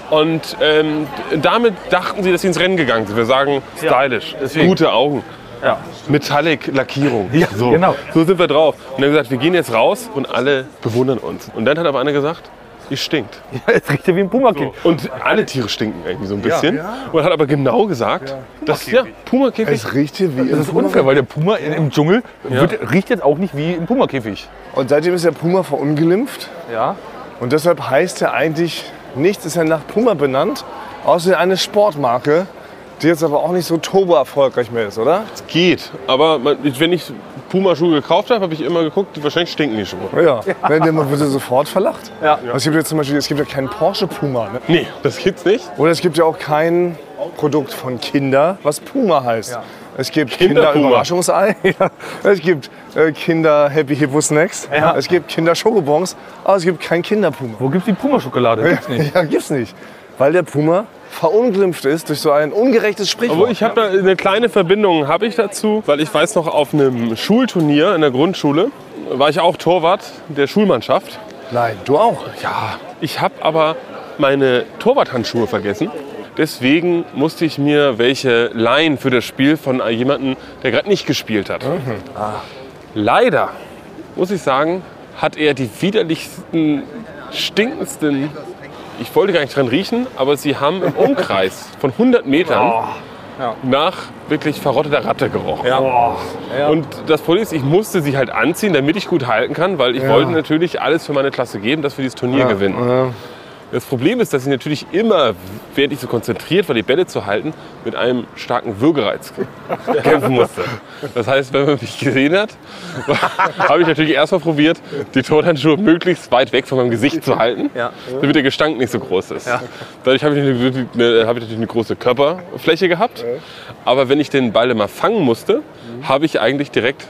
Speaker 6: Und ähm, damit dachten sie, dass sie ins Rennen gegangen sind. Wir sagen stylisch, gute Augen. Metallic Lackierung.
Speaker 2: Ja,
Speaker 6: so.
Speaker 2: genau.
Speaker 6: so sind wir drauf. Und dann gesagt, wir gehen jetzt raus und alle bewundern uns. Und dann hat aber einer gesagt, ihr stinkt.
Speaker 2: ja, es riecht ja wie ein Puma-Kind.
Speaker 6: Und alle Tiere stinken irgendwie so ein bisschen. Und hat aber genau gesagt, dass ja, Puma-Käfig
Speaker 5: Es riecht hier wie
Speaker 2: Das ist unfair, weil der Puma in, im Dschungel wird, riecht jetzt auch nicht wie ein Puma-Käfig.
Speaker 5: Und seitdem ist der Puma verunglimpft.
Speaker 2: Ja.
Speaker 5: Und deshalb heißt er eigentlich, nichts ist ja nach Puma benannt, außer eine Sportmarke, die jetzt aber auch nicht so turbo erfolgreich mehr ist, oder?
Speaker 6: Geht, aber man, ich- wenn ich Puma-Schuhe gekauft habe, habe ich immer geguckt, wahrscheinlich stinken die Schuhe.
Speaker 5: Ja. Wenn der- Man wird ja sofort verlacht. Ja. Also es gibt ja zum Beispiel, es gibt ja keinen Porsche Puma. Ne?
Speaker 6: Nee, das gibt's nicht.
Speaker 5: Oder es gibt ja auch kein Produkt von Kinder, was Puma heißt. Es gibt
Speaker 6: Kinderpuma.
Speaker 5: Kinderüberraschungsei. Ja. Es gibt äh, Kinder Happy Hippo Snacks.
Speaker 2: Ja.
Speaker 5: Es gibt Kinder Schokobons. Aber es gibt kein Kinderpuma.
Speaker 2: Wo gibt's die Puma-Schokolade? Gibt's nicht.
Speaker 5: Ja, gibt's nicht. Weil der Puma verunglimpft ist durch so ein ungerechtes Sprichwort.
Speaker 6: Obwohl ich habe da eine kleine Verbindung habe ich dazu, weil ich weiß noch auf einem Schulturnier in der Grundschule war ich auch Torwart der Schulmannschaft.
Speaker 5: Nein, du auch.
Speaker 6: Ja, ich habe aber meine Torwarthandschuhe vergessen. Deswegen musste ich mir welche leihen für das Spiel von jemandem, der gerade nicht gespielt hat.
Speaker 5: Mhm. Ah.
Speaker 6: Leider, muss ich sagen, hat er die widerlichsten, stinkendsten, ich wollte gar nicht dran riechen, aber sie haben im Umkreis von 100 Metern nach wirklich verrotteter Ratte gerochen. Und das Problem ist, ich musste sie halt anziehen, damit ich gut halten kann, weil ich wollte natürlich alles für meine Klasse geben, dass wir dieses Turnier gewinnen. Das Problem ist, dass ich natürlich immer, während ich so konzentriert war, die Bälle zu halten, mit einem starken Würgereiz kämpfen musste. Das heißt, wenn man mich gesehen hat, habe ich natürlich erstmal probiert, die Torhandschuhe möglichst weit weg von meinem Gesicht zu halten, damit der Gestank nicht so groß ist. Dadurch habe ich, eine, eine, habe ich natürlich eine große Körperfläche gehabt. Aber wenn ich den Ball immer fangen musste,
Speaker 5: Mhm.
Speaker 6: habe ich eigentlich direkt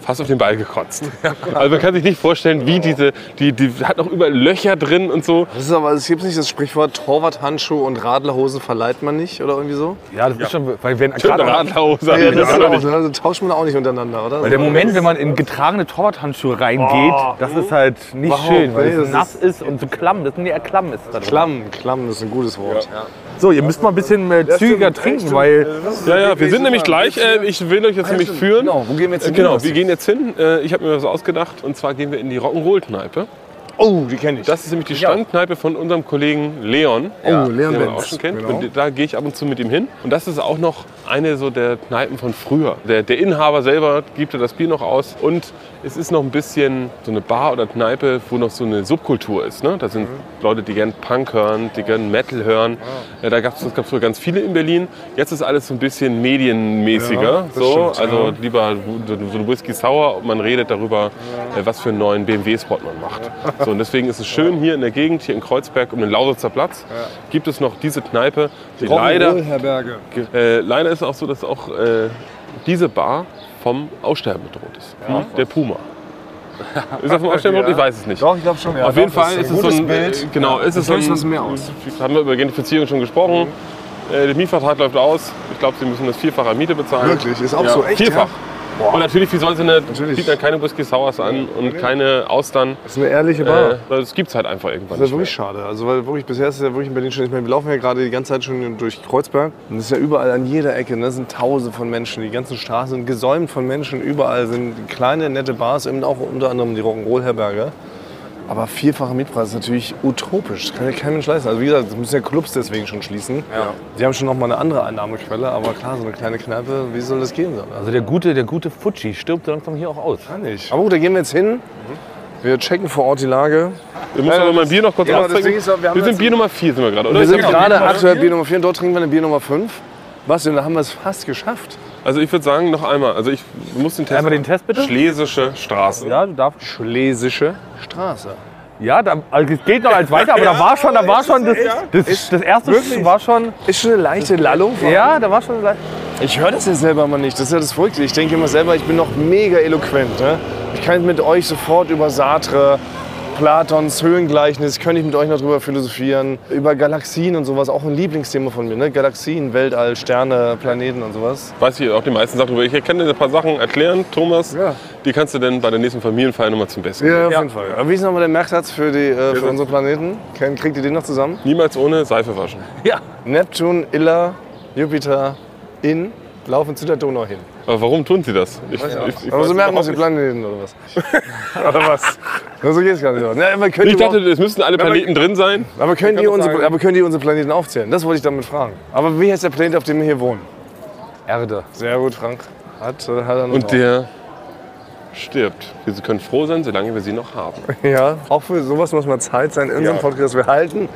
Speaker 6: fast auf den Ball gekotzt. Also man kann sich nicht vorstellen, wie diese, die, die hat noch überall Löcher drin und so.
Speaker 5: Das ist aber, es gibt nicht das Sprichwort Torwarthandschuh und Radlerhosen verleiht man nicht oder irgendwie so?
Speaker 2: Ja, das ist schon, weil wenn
Speaker 6: Gerade
Speaker 2: gerade
Speaker 6: Radlerhose.
Speaker 5: Ja,
Speaker 6: hatte ich
Speaker 5: das ist
Speaker 6: auch noch
Speaker 5: auch,
Speaker 6: nicht.
Speaker 5: also tauscht man auch nicht untereinander, oder?
Speaker 2: Weil der Moment, wenn man in getragene Torwarthandschuhe reingeht, das ist halt nicht
Speaker 5: Überhaupt,
Speaker 2: schön, weil
Speaker 5: nee,
Speaker 2: es
Speaker 5: das
Speaker 2: nass ist und so klamm, das ist eher klamm ist. da drin.
Speaker 5: Klamm, Klamm ist ein gutes Wort.
Speaker 2: So, ihr müsst mal ein bisschen äh, zügiger trinken, weil
Speaker 6: Ja, ja, wir sind nämlich gleich. Äh, ich will euch jetzt nämlich führen.
Speaker 5: Genau, wo gehen wir jetzt
Speaker 6: Äh,
Speaker 5: hin?
Speaker 6: Genau, wir gehen jetzt hin. Äh, Ich habe mir was ausgedacht. Und zwar gehen wir in die Rock'n'Roll-Kneipe.
Speaker 5: Oh, die kenne ich.
Speaker 6: Das ist nämlich die Stammkneipe von unserem Kollegen Leon.
Speaker 5: oh, Leon
Speaker 6: den man auch
Speaker 5: Benz.
Speaker 6: schon kennt. Und da gehe ich ab und zu mit ihm hin. Und das ist auch noch eine so der Kneipen von früher. Der, der Inhaber selber gibt ja das Bier noch aus. Und es ist noch ein bisschen so eine Bar oder Kneipe, wo noch so eine Subkultur ist. Ne? Da sind Leute, die gern Punk hören, die gern Metal hören. Ja, da gab es früher ganz viele in Berlin. Jetzt ist alles so ein bisschen medienmäßiger. so. also lieber so so ein Whisky Sour und man redet darüber, äh, was für einen neuen BMW-Spot man macht. So, und deswegen ist es schön, hier in der Gegend, hier in Kreuzberg um den Lausitzer Platz, gibt es noch diese Kneipe, die leider,
Speaker 5: Herberge.
Speaker 6: äh, leider ist auch so, dass auch äh, diese Bar vom Aussterben bedroht ist. Der Puma. Ist er vom Aussterben bedroht? Ich weiß es nicht.
Speaker 5: Doch, ich glaube schon. Ja,
Speaker 6: Auf jeden
Speaker 5: doch, das
Speaker 6: Fall ist
Speaker 5: ein
Speaker 6: es so
Speaker 5: gutes
Speaker 6: ein
Speaker 5: Bild.
Speaker 6: äh, Genau, ist es so
Speaker 5: löst
Speaker 6: ein,
Speaker 5: was mehr aus.
Speaker 6: Haben wir über Gentrifizierung schon gesprochen. Äh, der Mietvertrag läuft aus. Ich glaube, sie müssen das vierfache Miete bezahlen.
Speaker 5: Wirklich? Ist auch so? Echt,
Speaker 6: Vierfach. Und natürlich, wie soll sie eine,
Speaker 5: Natürlich.
Speaker 6: bieten dann keine Whisky Sours an und keine Austern.
Speaker 5: Das ist eine ehrliche Bar.
Speaker 6: Äh, das gibt es halt einfach irgendwann
Speaker 5: Das ist
Speaker 6: nicht
Speaker 5: ja wirklich
Speaker 6: mehr.
Speaker 5: schade. Also weil wirklich bisher ist es ja wirklich in Berlin schon. Ich meine, wir laufen ja gerade die ganze Zeit schon durch Kreuzberg. Und das ist ja überall an jeder Ecke. Ne? Das sind Tausende von Menschen. Die ganzen Straßen sind gesäumt von Menschen. Überall sind kleine, nette Bars, eben auch unter anderem die Rock'n'Roll-Herberge. Aber vierfacher Mietpreis ist natürlich utopisch. Das kann ja kein Mensch leisten. Also wie gesagt, das müssen ja Clubs deswegen schon schließen. Die haben schon noch mal eine andere Einnahmequelle. Aber klar, so eine kleine Kneipe, wie soll das gehen? Dann?
Speaker 2: also der gute, der gute Futschi stirbt so langsam hier auch aus.
Speaker 5: Aber gut, da gehen wir jetzt hin.
Speaker 6: Mhm.
Speaker 5: Wir checken vor Ort die Lage.
Speaker 6: Wir müssen aber mein Bier noch kurz
Speaker 5: Ja, das
Speaker 6: austrinken.
Speaker 5: Ding ist auch, wir haben
Speaker 6: wir sind
Speaker 5: jetzt-
Speaker 6: Bier Nummer 4 sind wir gerade, oder?
Speaker 5: Wir sind
Speaker 6: Genau.
Speaker 5: gerade aktuell Bier Nummer 4 und dort trinken wir eine Bier Nummer 5. Bastian, da haben wir es fast geschafft.
Speaker 6: Also ich würde sagen, noch einmal. Also ich muss den Test
Speaker 2: Einmal den Test bitte?
Speaker 6: Schlesische Straße.
Speaker 2: Ja, du darfst.
Speaker 5: Schlesische Straße.
Speaker 2: Ja, da, also es geht noch eins weiter, aber da war schon, da war schon das, das, das erste war schon.
Speaker 5: Ist schon eine leichte Lallung.
Speaker 2: Ja, da war schon gleich.
Speaker 5: Ich höre das ja selber mal nicht. Das ist ja das Verrückte. Ich denke immer selber, ich bin noch mega eloquent. Ne? Ich kann mit euch sofort über Sartre, Platons Höhlengleichnis, könnte ich mit euch noch drüber philosophieren. Über Galaxien und sowas, auch ein Lieblingsthema von mir. Ne? Galaxien, Weltall, Sterne, Planeten und sowas.
Speaker 6: Weiß ich auch die meisten Sachen drüber. Ich kann dir ein paar Sachen erklären, Thomas. Die kannst du dann bei der nächsten Familienfeier nochmal zum Besten. geben.
Speaker 5: Ja, auf jeden Fall. Aber wie ist nochmal der Merksatz für, die, äh, für unseren Planeten? Ken, Kriegt ihr den noch zusammen?
Speaker 6: Niemals ohne Seife waschen.
Speaker 5: Neptun, Illa, Jupiter, In laufen zu der Donau hin.
Speaker 6: Aber warum tun sie das? Ich, ich, ich,
Speaker 5: Aber
Speaker 6: weiß
Speaker 5: so merken wir
Speaker 6: überhaupt
Speaker 5: uns die
Speaker 6: nicht.
Speaker 5: Planeten oder was? oder was? Na, so geht's gar nicht. Na, aber könnt
Speaker 6: ich
Speaker 5: ihr
Speaker 6: dachte, es müssten alle Planeten drin sein.
Speaker 5: überhaupt- aber, könnt ihr unsere, aber könnt ihr unsere Planeten aufzählen? Das wollte ich damit fragen. Aber wie heißt der Planet, auf dem wir hier wohnen?
Speaker 2: Erde.
Speaker 5: Sehr gut, Frank. Hat, äh, hat er noch
Speaker 6: Und der stirbt. Wir können froh sein, solange wir sie noch haben.
Speaker 5: Ja, auch für sowas muss man Zeit sein in unserem Podcast. Wir halten.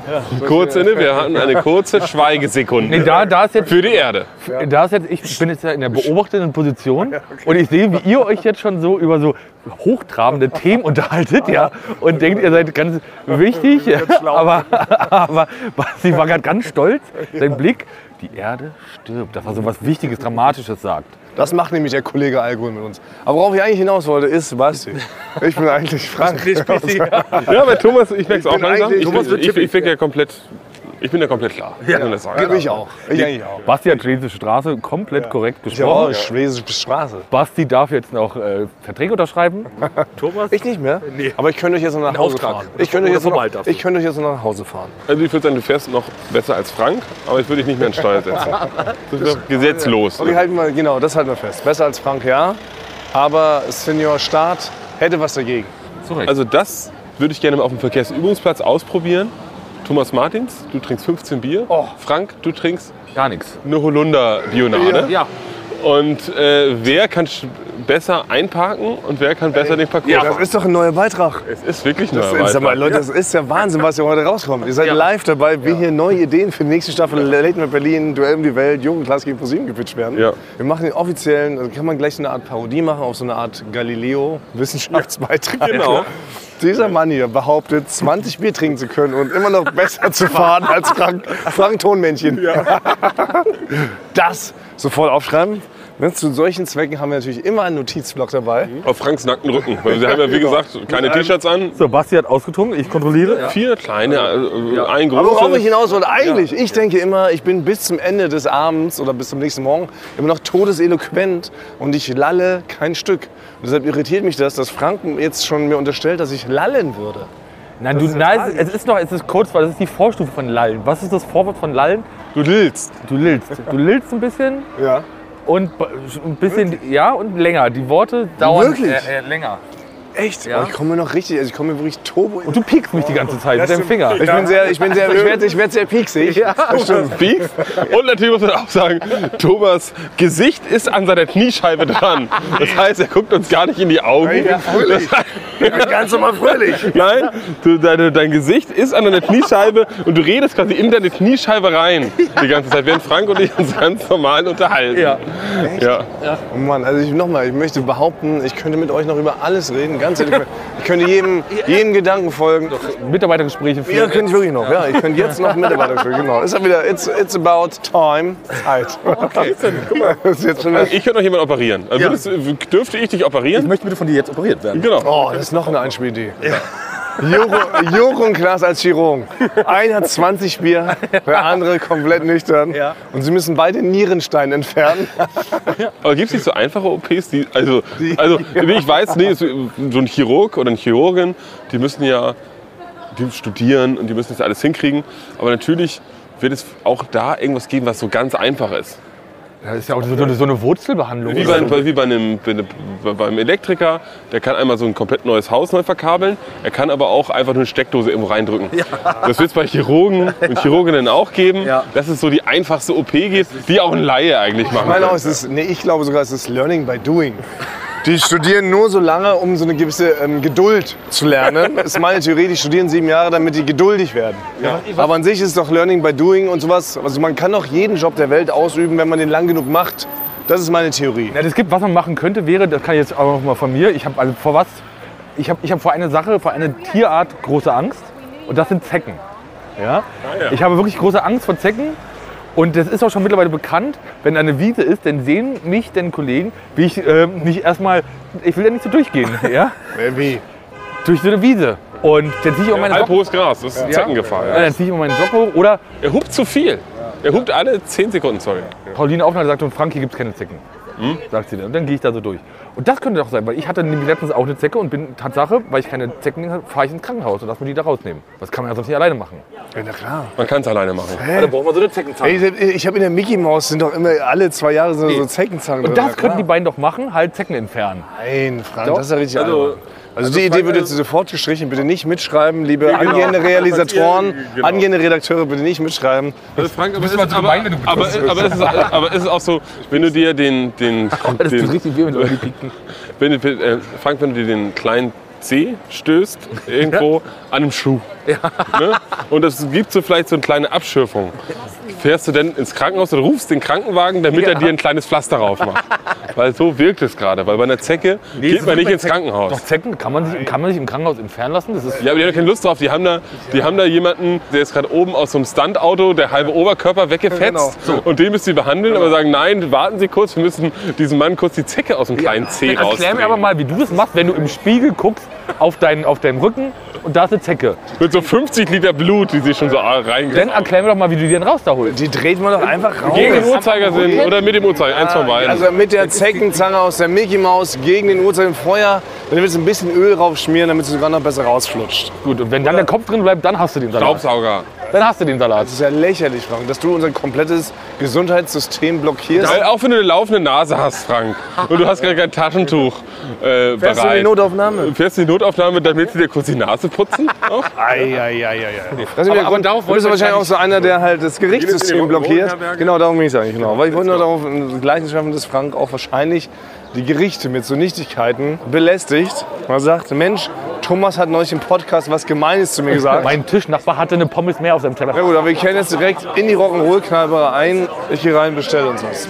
Speaker 6: Kurz inne, ne? wir hatten eine kurze Schweigesekunde.
Speaker 2: Nee, da, da ist jetzt,
Speaker 6: Für die Erde.
Speaker 2: da ist jetzt, ich bin jetzt ja in der beobachtenden Position und ich sehe, wie ihr euch jetzt schon so über so hochtrabende Themen unterhaltet, ja, und denkt, ihr seid ganz wichtig, aber, aber Basti war gerade ganz stolz, sein Blick die Erde stirbt, dass er so was Wichtiges, Dramatisches sagt.
Speaker 5: Das macht nämlich der Kollege Alkohol mit uns. Aber worauf ich eigentlich hinaus wollte, ist Basti. Ich bin eigentlich Frank.
Speaker 6: Ja, bei Thomas, ich merke es
Speaker 5: Ich
Speaker 6: auch
Speaker 5: bin
Speaker 6: langsam.
Speaker 5: eigentlich-
Speaker 6: Ich,
Speaker 5: Thomas wird
Speaker 6: ich, ich, bin ja komplett, ich bin ja komplett klar. Ja, das sagen.
Speaker 5: Gib ich auch. Ich eigentlich auch.
Speaker 2: Basti hat Schwedische Straße komplett korrekt
Speaker 5: Ich habe auch
Speaker 2: besprochen.
Speaker 5: schwedische Straße.
Speaker 2: Basti darf jetzt noch äh, Verträge unterschreiben.
Speaker 5: Ich nicht mehr? Nee. Aber ich könnte euch jetzt noch nach Hause
Speaker 6: Auftrag.
Speaker 5: fahren. Ich könnte, euch jetzt noch,
Speaker 6: Vorbehalt dafür.
Speaker 5: ich könnte euch jetzt noch nach Hause fahren.
Speaker 6: Also ich würde sagen, du fährst noch besser als Frank, aber ich würde dich nicht mehr in Steuer setzen. Das wäre gesetzlos.
Speaker 5: Okay, halten wir, genau, das halten wir fest. Besser als Frank, ja. Aber Senior Staat hätte was dagegen.
Speaker 6: Also das würde ich gerne mal auf dem Verkehrsübungsplatz ausprobieren. Thomas Martins, du trinkst 15 Bier. Frank, du trinkst
Speaker 2: Gar nichts.
Speaker 6: eine Holunder-Bionade.
Speaker 2: Ja.
Speaker 6: Und äh, wer kann sch- besser einparken und wer kann besser den Parcours
Speaker 5: Das
Speaker 6: fahren?
Speaker 5: ist doch ein neuer Beitrag.
Speaker 6: Es ist wirklich eine
Speaker 5: Das ist, sag mal,
Speaker 6: Erweiterung.
Speaker 5: Leute, das ist ja Wahnsinn, was ihr heute rauskommt. Ihr seid live dabei, wie hier neue Ideen für die nächste Staffel Late Night Berlin, Duell um die Welt, Jugendklasse gegen ProSieben gepitcht werden.
Speaker 6: Ja.
Speaker 5: Wir machen den offiziellen, also kann man gleich so eine Art Parodie machen auf so eine Art Galileo-Wissenschaftsbeitrag.
Speaker 6: Genau.
Speaker 5: Dieser Mann hier behauptet, 20 Bier trinken zu können und immer noch besser zu fahren als Frank, Frank Tonmännchen. Das sofort aufschreiben. Ne, Zu solchen Zwecken haben wir natürlich immer einen Notizblock dabei.
Speaker 6: Auf Franks nackten Rücken. Weil wir haben ja, wie gesagt, keine T-Shirts an.
Speaker 2: So, Basti hat ausgetrunken, ich kontrolliere.
Speaker 6: Vier kleine, äh, ein
Speaker 5: Aber worauf ich
Speaker 6: großes.
Speaker 5: hinaus wollte, eigentlich, ich denke immer, ich bin bis zum Ende des Abends oder bis zum nächsten Morgen immer noch todeseloquent und ich lalle kein Stück. Und deshalb irritiert mich das, dass Frank jetzt schon mir unterstellt, dass ich lallen würde.
Speaker 2: Nein, du, nein, es, es ist noch, es ist kurz, weil das ist die Vorstufe von Lallen. Was ist das Vorwort von Lallen?
Speaker 5: Du lillst.
Speaker 2: Du lillst. Du lillst ein bisschen
Speaker 5: Ja.
Speaker 2: und b- ein bisschen, ja, und länger. Die Worte dauern
Speaker 5: Wirklich?
Speaker 2: Äh, äh, länger.
Speaker 5: Echt? Aber ich komme mir noch richtig, also ich komme mir wirklich turbo.
Speaker 2: Und du piekst mich die ganze Zeit mit deinem Finger.
Speaker 5: ich bin sehr, ich bin sehr, Also ich werde, ich werde sehr pieksig. Ja, stimmt.
Speaker 6: Pieks. Und natürlich muss man auch sagen, Thomas Gesicht ist an seiner Kniescheibe dran. Das heißt, er guckt uns gar nicht in die Augen. Das heißt,
Speaker 5: Ganz normal fröhlich.
Speaker 6: Nein, du, deine, dein Gesicht ist an deiner Kniescheibe und du redest quasi in deine Kniescheibe rein die ganze Zeit, während Frank und ich uns ganz normal unterhalten.
Speaker 2: Ja.
Speaker 6: ja.
Speaker 5: Oh Mann, also ich nochmal, ich möchte behaupten, ich könnte mit euch noch über alles reden, ganz ehrlich. Ich könnte jedem, jedem Gedanken folgen.
Speaker 2: Mitarbeitergespräche
Speaker 5: Ja,
Speaker 2: führen.
Speaker 5: könnte ich wirklich noch. Ja, ich könnte jetzt noch Mitarbeiter für, genau. Ist ja wieder, it's, it's about time. Zeit. Okay. Guck mal, das ist jetzt schon
Speaker 6: Ich könnte noch jemand operieren. Also würdest, dürfte ich dich operieren?
Speaker 9: möchte bitte von dir jetzt operiert werden.
Speaker 6: Genau.
Speaker 5: Oh, das ist noch eine Einspielidee. Juro, Juro und Klaas als Chirurgen. Einer hat 20 Bier, der andere komplett nüchtern. Und sie müssen beide Nierenstein entfernen.
Speaker 6: Aber gibt es nicht so einfache OPs, die. Also, also ich weiß, nee, so so ein Chirurg oder ein Chirurgin, die müssen ja die studieren und die müssen das alles hinkriegen. Aber natürlich wird es auch da irgendwas geben, was so ganz einfach ist.
Speaker 2: Das ist ja auch so, so eine- so eine Wurzelbehandlung.
Speaker 6: Wie bei, bei- wie bei einem, bei, bei- beim Elektriker, der kann einmal so ein komplett neues Haus neu verkabeln, er kann aber auch einfach nur eine Steckdose irgendwo reindrücken. Das wird es bei Chirurgen und Chirurginnen auch geben, dass es so die einfachste OP gibt, die auch ein Laie eigentlich
Speaker 5: Ich
Speaker 6: machen
Speaker 5: meine auch,
Speaker 6: kann.
Speaker 5: es ist, nee, ich glaube sogar, es ist Learning by Doing. Die studieren nur so lange, um so eine gewisse ähm, Geduld zu lernen. Das ist meine Theorie, die studieren sieben Jahre, damit die geduldig werden. Aber an sich ist doch Learning by Doing und sowas. Also man kann doch jeden Job der Welt ausüben, wenn man den lang genug macht. Das ist meine Theorie.
Speaker 2: Ja, das gibt, was man machen könnte, wäre, das kann ich jetzt auch noch mal von mir. Ich habe also vor was? Ich habe ich hab vor einer Sache, vor einer Tierart große Angst. Und das sind Zecken. Ja? Ich habe wirklich große Angst vor Zecken. Und das ist auch schon mittlerweile bekannt, wenn eine Wiese ist, dann sehen mich denn Kollegen, wie ich ähm, nicht erstmal, ich will ja nicht so durchgehen, ja?
Speaker 5: Wie?
Speaker 2: Durch so eine Wiese. Und dann ziehe ich auch meine Socken, äh,
Speaker 6: Halbhohes Gras, das ist Zeckengefahr. Ja.
Speaker 2: dann zieh ich auch meinen Socken hoch. Oder
Speaker 6: Er hupt zu viel. Er hupt alle 10 Sekunden, sorry.
Speaker 2: Pauline auch noch sagt, und Frank, hier gibt es keine Zecken.
Speaker 6: Hm?
Speaker 2: Sagt sie dann. Und dann gehe ich da so durch. Und das könnte doch sein, weil ich hatte nämlich letztens auch eine Zecke und bin Tatsache, weil ich keine Zecken hatte, fahre ich ins Krankenhaus und lass mir die da rausnehmen. Das kann man ja sonst nicht alleine machen.
Speaker 6: Man kann es alleine machen.
Speaker 5: Ey, ich ich habe in der Mickey Mouse sind doch immer alle zwei Jahre so, so Zeckenzangen
Speaker 2: Und
Speaker 5: drin.
Speaker 2: das könnten die beiden doch machen, halt Zecken entfernen.
Speaker 5: Nein, Frank, das ist ja richtig also,
Speaker 6: Also,
Speaker 5: albern. Also die Idee wird jetzt sofort gestrichen. Bitte nicht mitschreiben, liebe angehende Realisatoren,
Speaker 6: Genau.
Speaker 5: angehende Redakteure, bitte nicht mitschreiben.
Speaker 6: Also Frank, aber, es ist,
Speaker 2: mal zu
Speaker 6: aber,
Speaker 2: gemein, wenn du
Speaker 6: aber, aber, es ist, aber es ist auch so, wenn du dir den, den,
Speaker 2: Das tut
Speaker 6: den
Speaker 2: richtig weh, wenn du die piekten.
Speaker 6: Wenn, du- äh, Frank, wenn du dir den kleinen C stößt, irgendwo an einem Schuh. Ne? Und es gibt so vielleicht so eine kleine Abschürfung. fährst du denn ins Krankenhaus und rufst den Krankenwagen, damit er dir ein kleines Pflaster drauf macht. Weil so wirkt es gerade. Weil bei einer Zecke geht man nicht ins Krankenhaus.
Speaker 2: Doch Zecken kann man, sich, kann man sich im Krankenhaus entfernen lassen? Das ist
Speaker 6: Ja, aber die haben keine Lust drauf. Die haben da, die haben da jemanden, der ist gerade oben aus so einem Stuntauto, der halbe Oberkörper
Speaker 5: Genau.
Speaker 6: weggefetzt. Und den müssen sie behandeln, aber sagen, nein, warten Sie kurz, wir müssen diesem Mann kurz die Zecke aus dem kleinen Zeh
Speaker 2: Erklär
Speaker 6: rausnehmen.
Speaker 2: mir aber mal, wie du das machst, wenn du im Spiegel guckst auf deinen, auf deinen Rücken und da ist eine Zecke.
Speaker 6: Mit so 50 Liter Blut, die sie schon so ah,
Speaker 2: Dann
Speaker 6: reingehen.
Speaker 2: erklär mir doch mal, wie du die denn raus da holst.
Speaker 4: Die dreht man doch einfach raus.
Speaker 6: Gegen den Uhrzeigersinn oder mit dem Uhrzeigersinn, eins von beiden.
Speaker 5: Also mit der Zeckenzange aus der Mickey Maus gegen den Uhrzeiger im Feuer. Dann willst du ein bisschen Öl raufschmieren, damit es sogar noch besser rausflutscht.
Speaker 2: Gut, und wenn dann der Kopf drin bleibt, dann hast du den Salat.
Speaker 6: Staubsauger.
Speaker 2: Dann hast du den Salat.
Speaker 5: Das ist ja lächerlich, Frank, dass du unser komplettes Gesundheitssystem blockierst.
Speaker 6: Weil auch wenn du eine laufende Nase hast, Frank, und du hast gar kein Taschentuch äh,
Speaker 5: Fährst du in die
Speaker 6: bereit.
Speaker 5: Notaufnahme?
Speaker 6: Fährst du in die Notaufnahme, damit sie dir kurz die Nase putzen? Auch?
Speaker 5: Das ist aber,
Speaker 2: aber
Speaker 5: Grund,
Speaker 2: darauf
Speaker 5: du
Speaker 2: wollen
Speaker 5: bist
Speaker 2: wir
Speaker 5: wahrscheinlich auch so einer, der halt das
Speaker 6: Jedes in
Speaker 5: Gerichtssystem
Speaker 6: den
Speaker 5: blockiert.
Speaker 6: Rotenberger-
Speaker 5: Genau, darum ging es eigentlich. Genau. Weil ich wollte nur darauf gleichen schaffen, dass Frank auch wahrscheinlich die Gerichte mit so Nichtigkeiten belästigt. Man sagt, Mensch, Thomas hat neulich im Podcast was Gemeines zu mir gesagt.
Speaker 2: Mein Tischnachbar hatte eine Pommes mehr auf seinem
Speaker 5: Na
Speaker 2: Teller.
Speaker 5: gut, aber wir kennen jetzt direkt in die Rock'n'Roll-Kneipe ein. Ich gehe rein, bestelle uns was.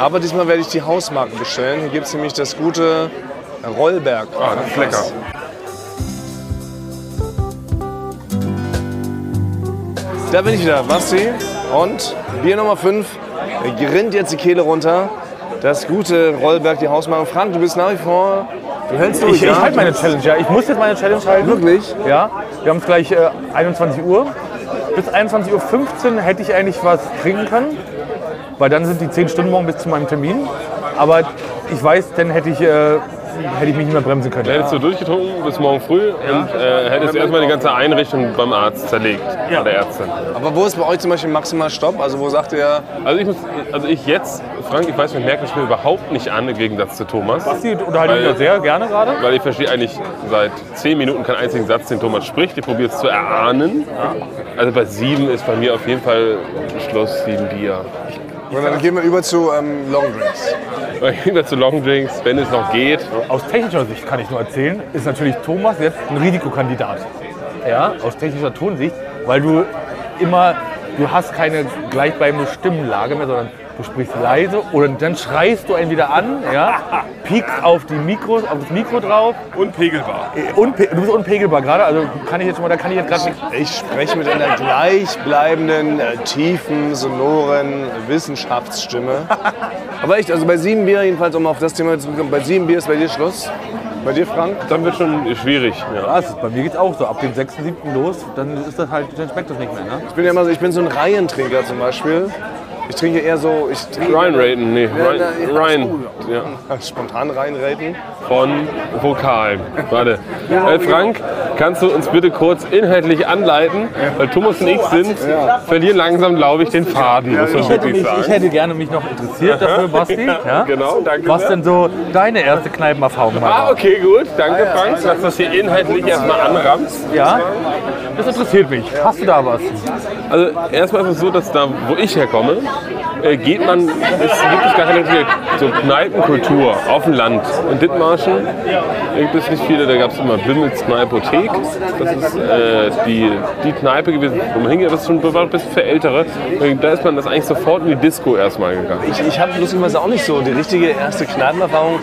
Speaker 5: Aber diesmal werde ich die Hausmarken bestellen. Hier gibt es nämlich das gute Rollberg. Ah, das ist lecker. Da bin ich wieder, Basti. Und Bier Nummer 5 grinnt jetzt die Kehle runter. Das gute Rollberg, die Hausmarken. Frank, du bist nach wie vor. Du hältst durch,
Speaker 2: Ich, ich halte meine Challenge, ja. Ich muss jetzt meine Challenge halten.
Speaker 5: Wirklich?
Speaker 2: Ja. Wir haben es gleich äh, 21 Uhr. Bis 21.15 Uhr hätte ich eigentlich was trinken können. Weil dann sind die 10 Stunden morgen bis zu meinem Termin. Aber ich weiß, dann hätte ich, äh, hätte ich mich nicht mehr bremsen können.
Speaker 6: Hättest du durchgetrunken bis morgen früh und äh, hättest erstmal die ganze Einrichtung beim Arzt zerlegt. Ja. Der Ärztin.
Speaker 5: Aber wo ist bei euch zum Beispiel maximal Stopp? Also wo sagt ihr,
Speaker 6: Also ich muss, also ich jetzt, Frank, ich weiß, man merkt das mir untermerken, ich bin überhaupt nicht an im Gegensatz zu Thomas.
Speaker 2: Sie unterhalten mich
Speaker 6: Weil-
Speaker 2: ja halt sehr gerne gerade.
Speaker 6: Weil ich verstehe eigentlich seit zehn Minuten keinen einzigen Satz, den Thomas spricht. Ich probiere es zu erahnen. Also bei sieben ist bei mir auf jeden Fall Schluss sieben Bier.
Speaker 5: Und dann gehen wir über zu ähm, Longdrinks.
Speaker 6: Über zu Longdrinks, wenn es noch geht.
Speaker 2: Aus technischer Sicht kann ich nur erzählen, ist natürlich Thomas jetzt ein Risikokandidat. Ja, aus technischer Tonsicht, weil du immer, du hast keine gleichbleibende Stimmlage mehr, sondern du sprichst leise oder dann schreist du einen wieder an, ja, piekst auf, die Mikros, auf das Mikro drauf. Unpegelbar. Unpe du bist unpegelbar gerade, also kann ich jetzt schon mal, da kann ich jetzt gerade nicht.
Speaker 5: Ich spreche mit einer gleichbleibenden, äh, tiefen, sonoren Wissenschaftsstimme. Aber echt, also bei sieben Bier jedenfalls, um auf das Thema zu kommen, bei sieben Bier ist bei dir Schluss. Bei dir, Frank?
Speaker 6: Dann wird schon schwierig. Ja.
Speaker 2: Das ist, bei mir geht's auch so, ab dem 6., 7. los, dann ist das halt, dann schmeckt das nicht mehr, ne?
Speaker 5: Ich bin ja immer so, ich bin so ein Reihentrinker zum Beispiel. Ich trinke eher so, ich trinke
Speaker 6: Ryan Raiden, nee, Ryan,
Speaker 5: na, ja,
Speaker 6: Ryan ja,
Speaker 5: spontan reinraten.
Speaker 6: von Vokal. Warte. Äh, Frank, kannst du uns bitte kurz inhaltlich anleiten? Weil Thomas und ich sind, verlieren langsam, glaube ich, den Faden, muss man wirklich
Speaker 2: Ich, ich
Speaker 6: sagen.
Speaker 2: hätte gerne mich noch interessiert dafür, Basti. Ja?
Speaker 6: Genau, danke
Speaker 2: Was
Speaker 6: sehr.
Speaker 2: denn so deine erste Kneipenerfahrung
Speaker 6: Ah,
Speaker 2: war?
Speaker 6: okay, gut. Danke, Frank, dass das hier inhaltlich erstmal anrammst.
Speaker 2: Ja? Das interessiert mich. Hast du da was?
Speaker 6: Also erstmal ist es so, dass da, wo ich herkomme, äh, geht man, es gibt es gar keine richtige so Kneipenkultur auf dem Land. In Dithmarschen gibt es nicht viele, da gab es immer Bimmels Kneipothek. Das ist äh, die, die Kneipe gewesen, wo man hingeht, das ist schon war ein bisschen für Ältere. Äh, Da ist man das eigentlich sofort in die Disco erstmal gegangen.
Speaker 5: Ich, ich habe lustigerweise auch nicht so die richtige erste Kneipenerfahrung.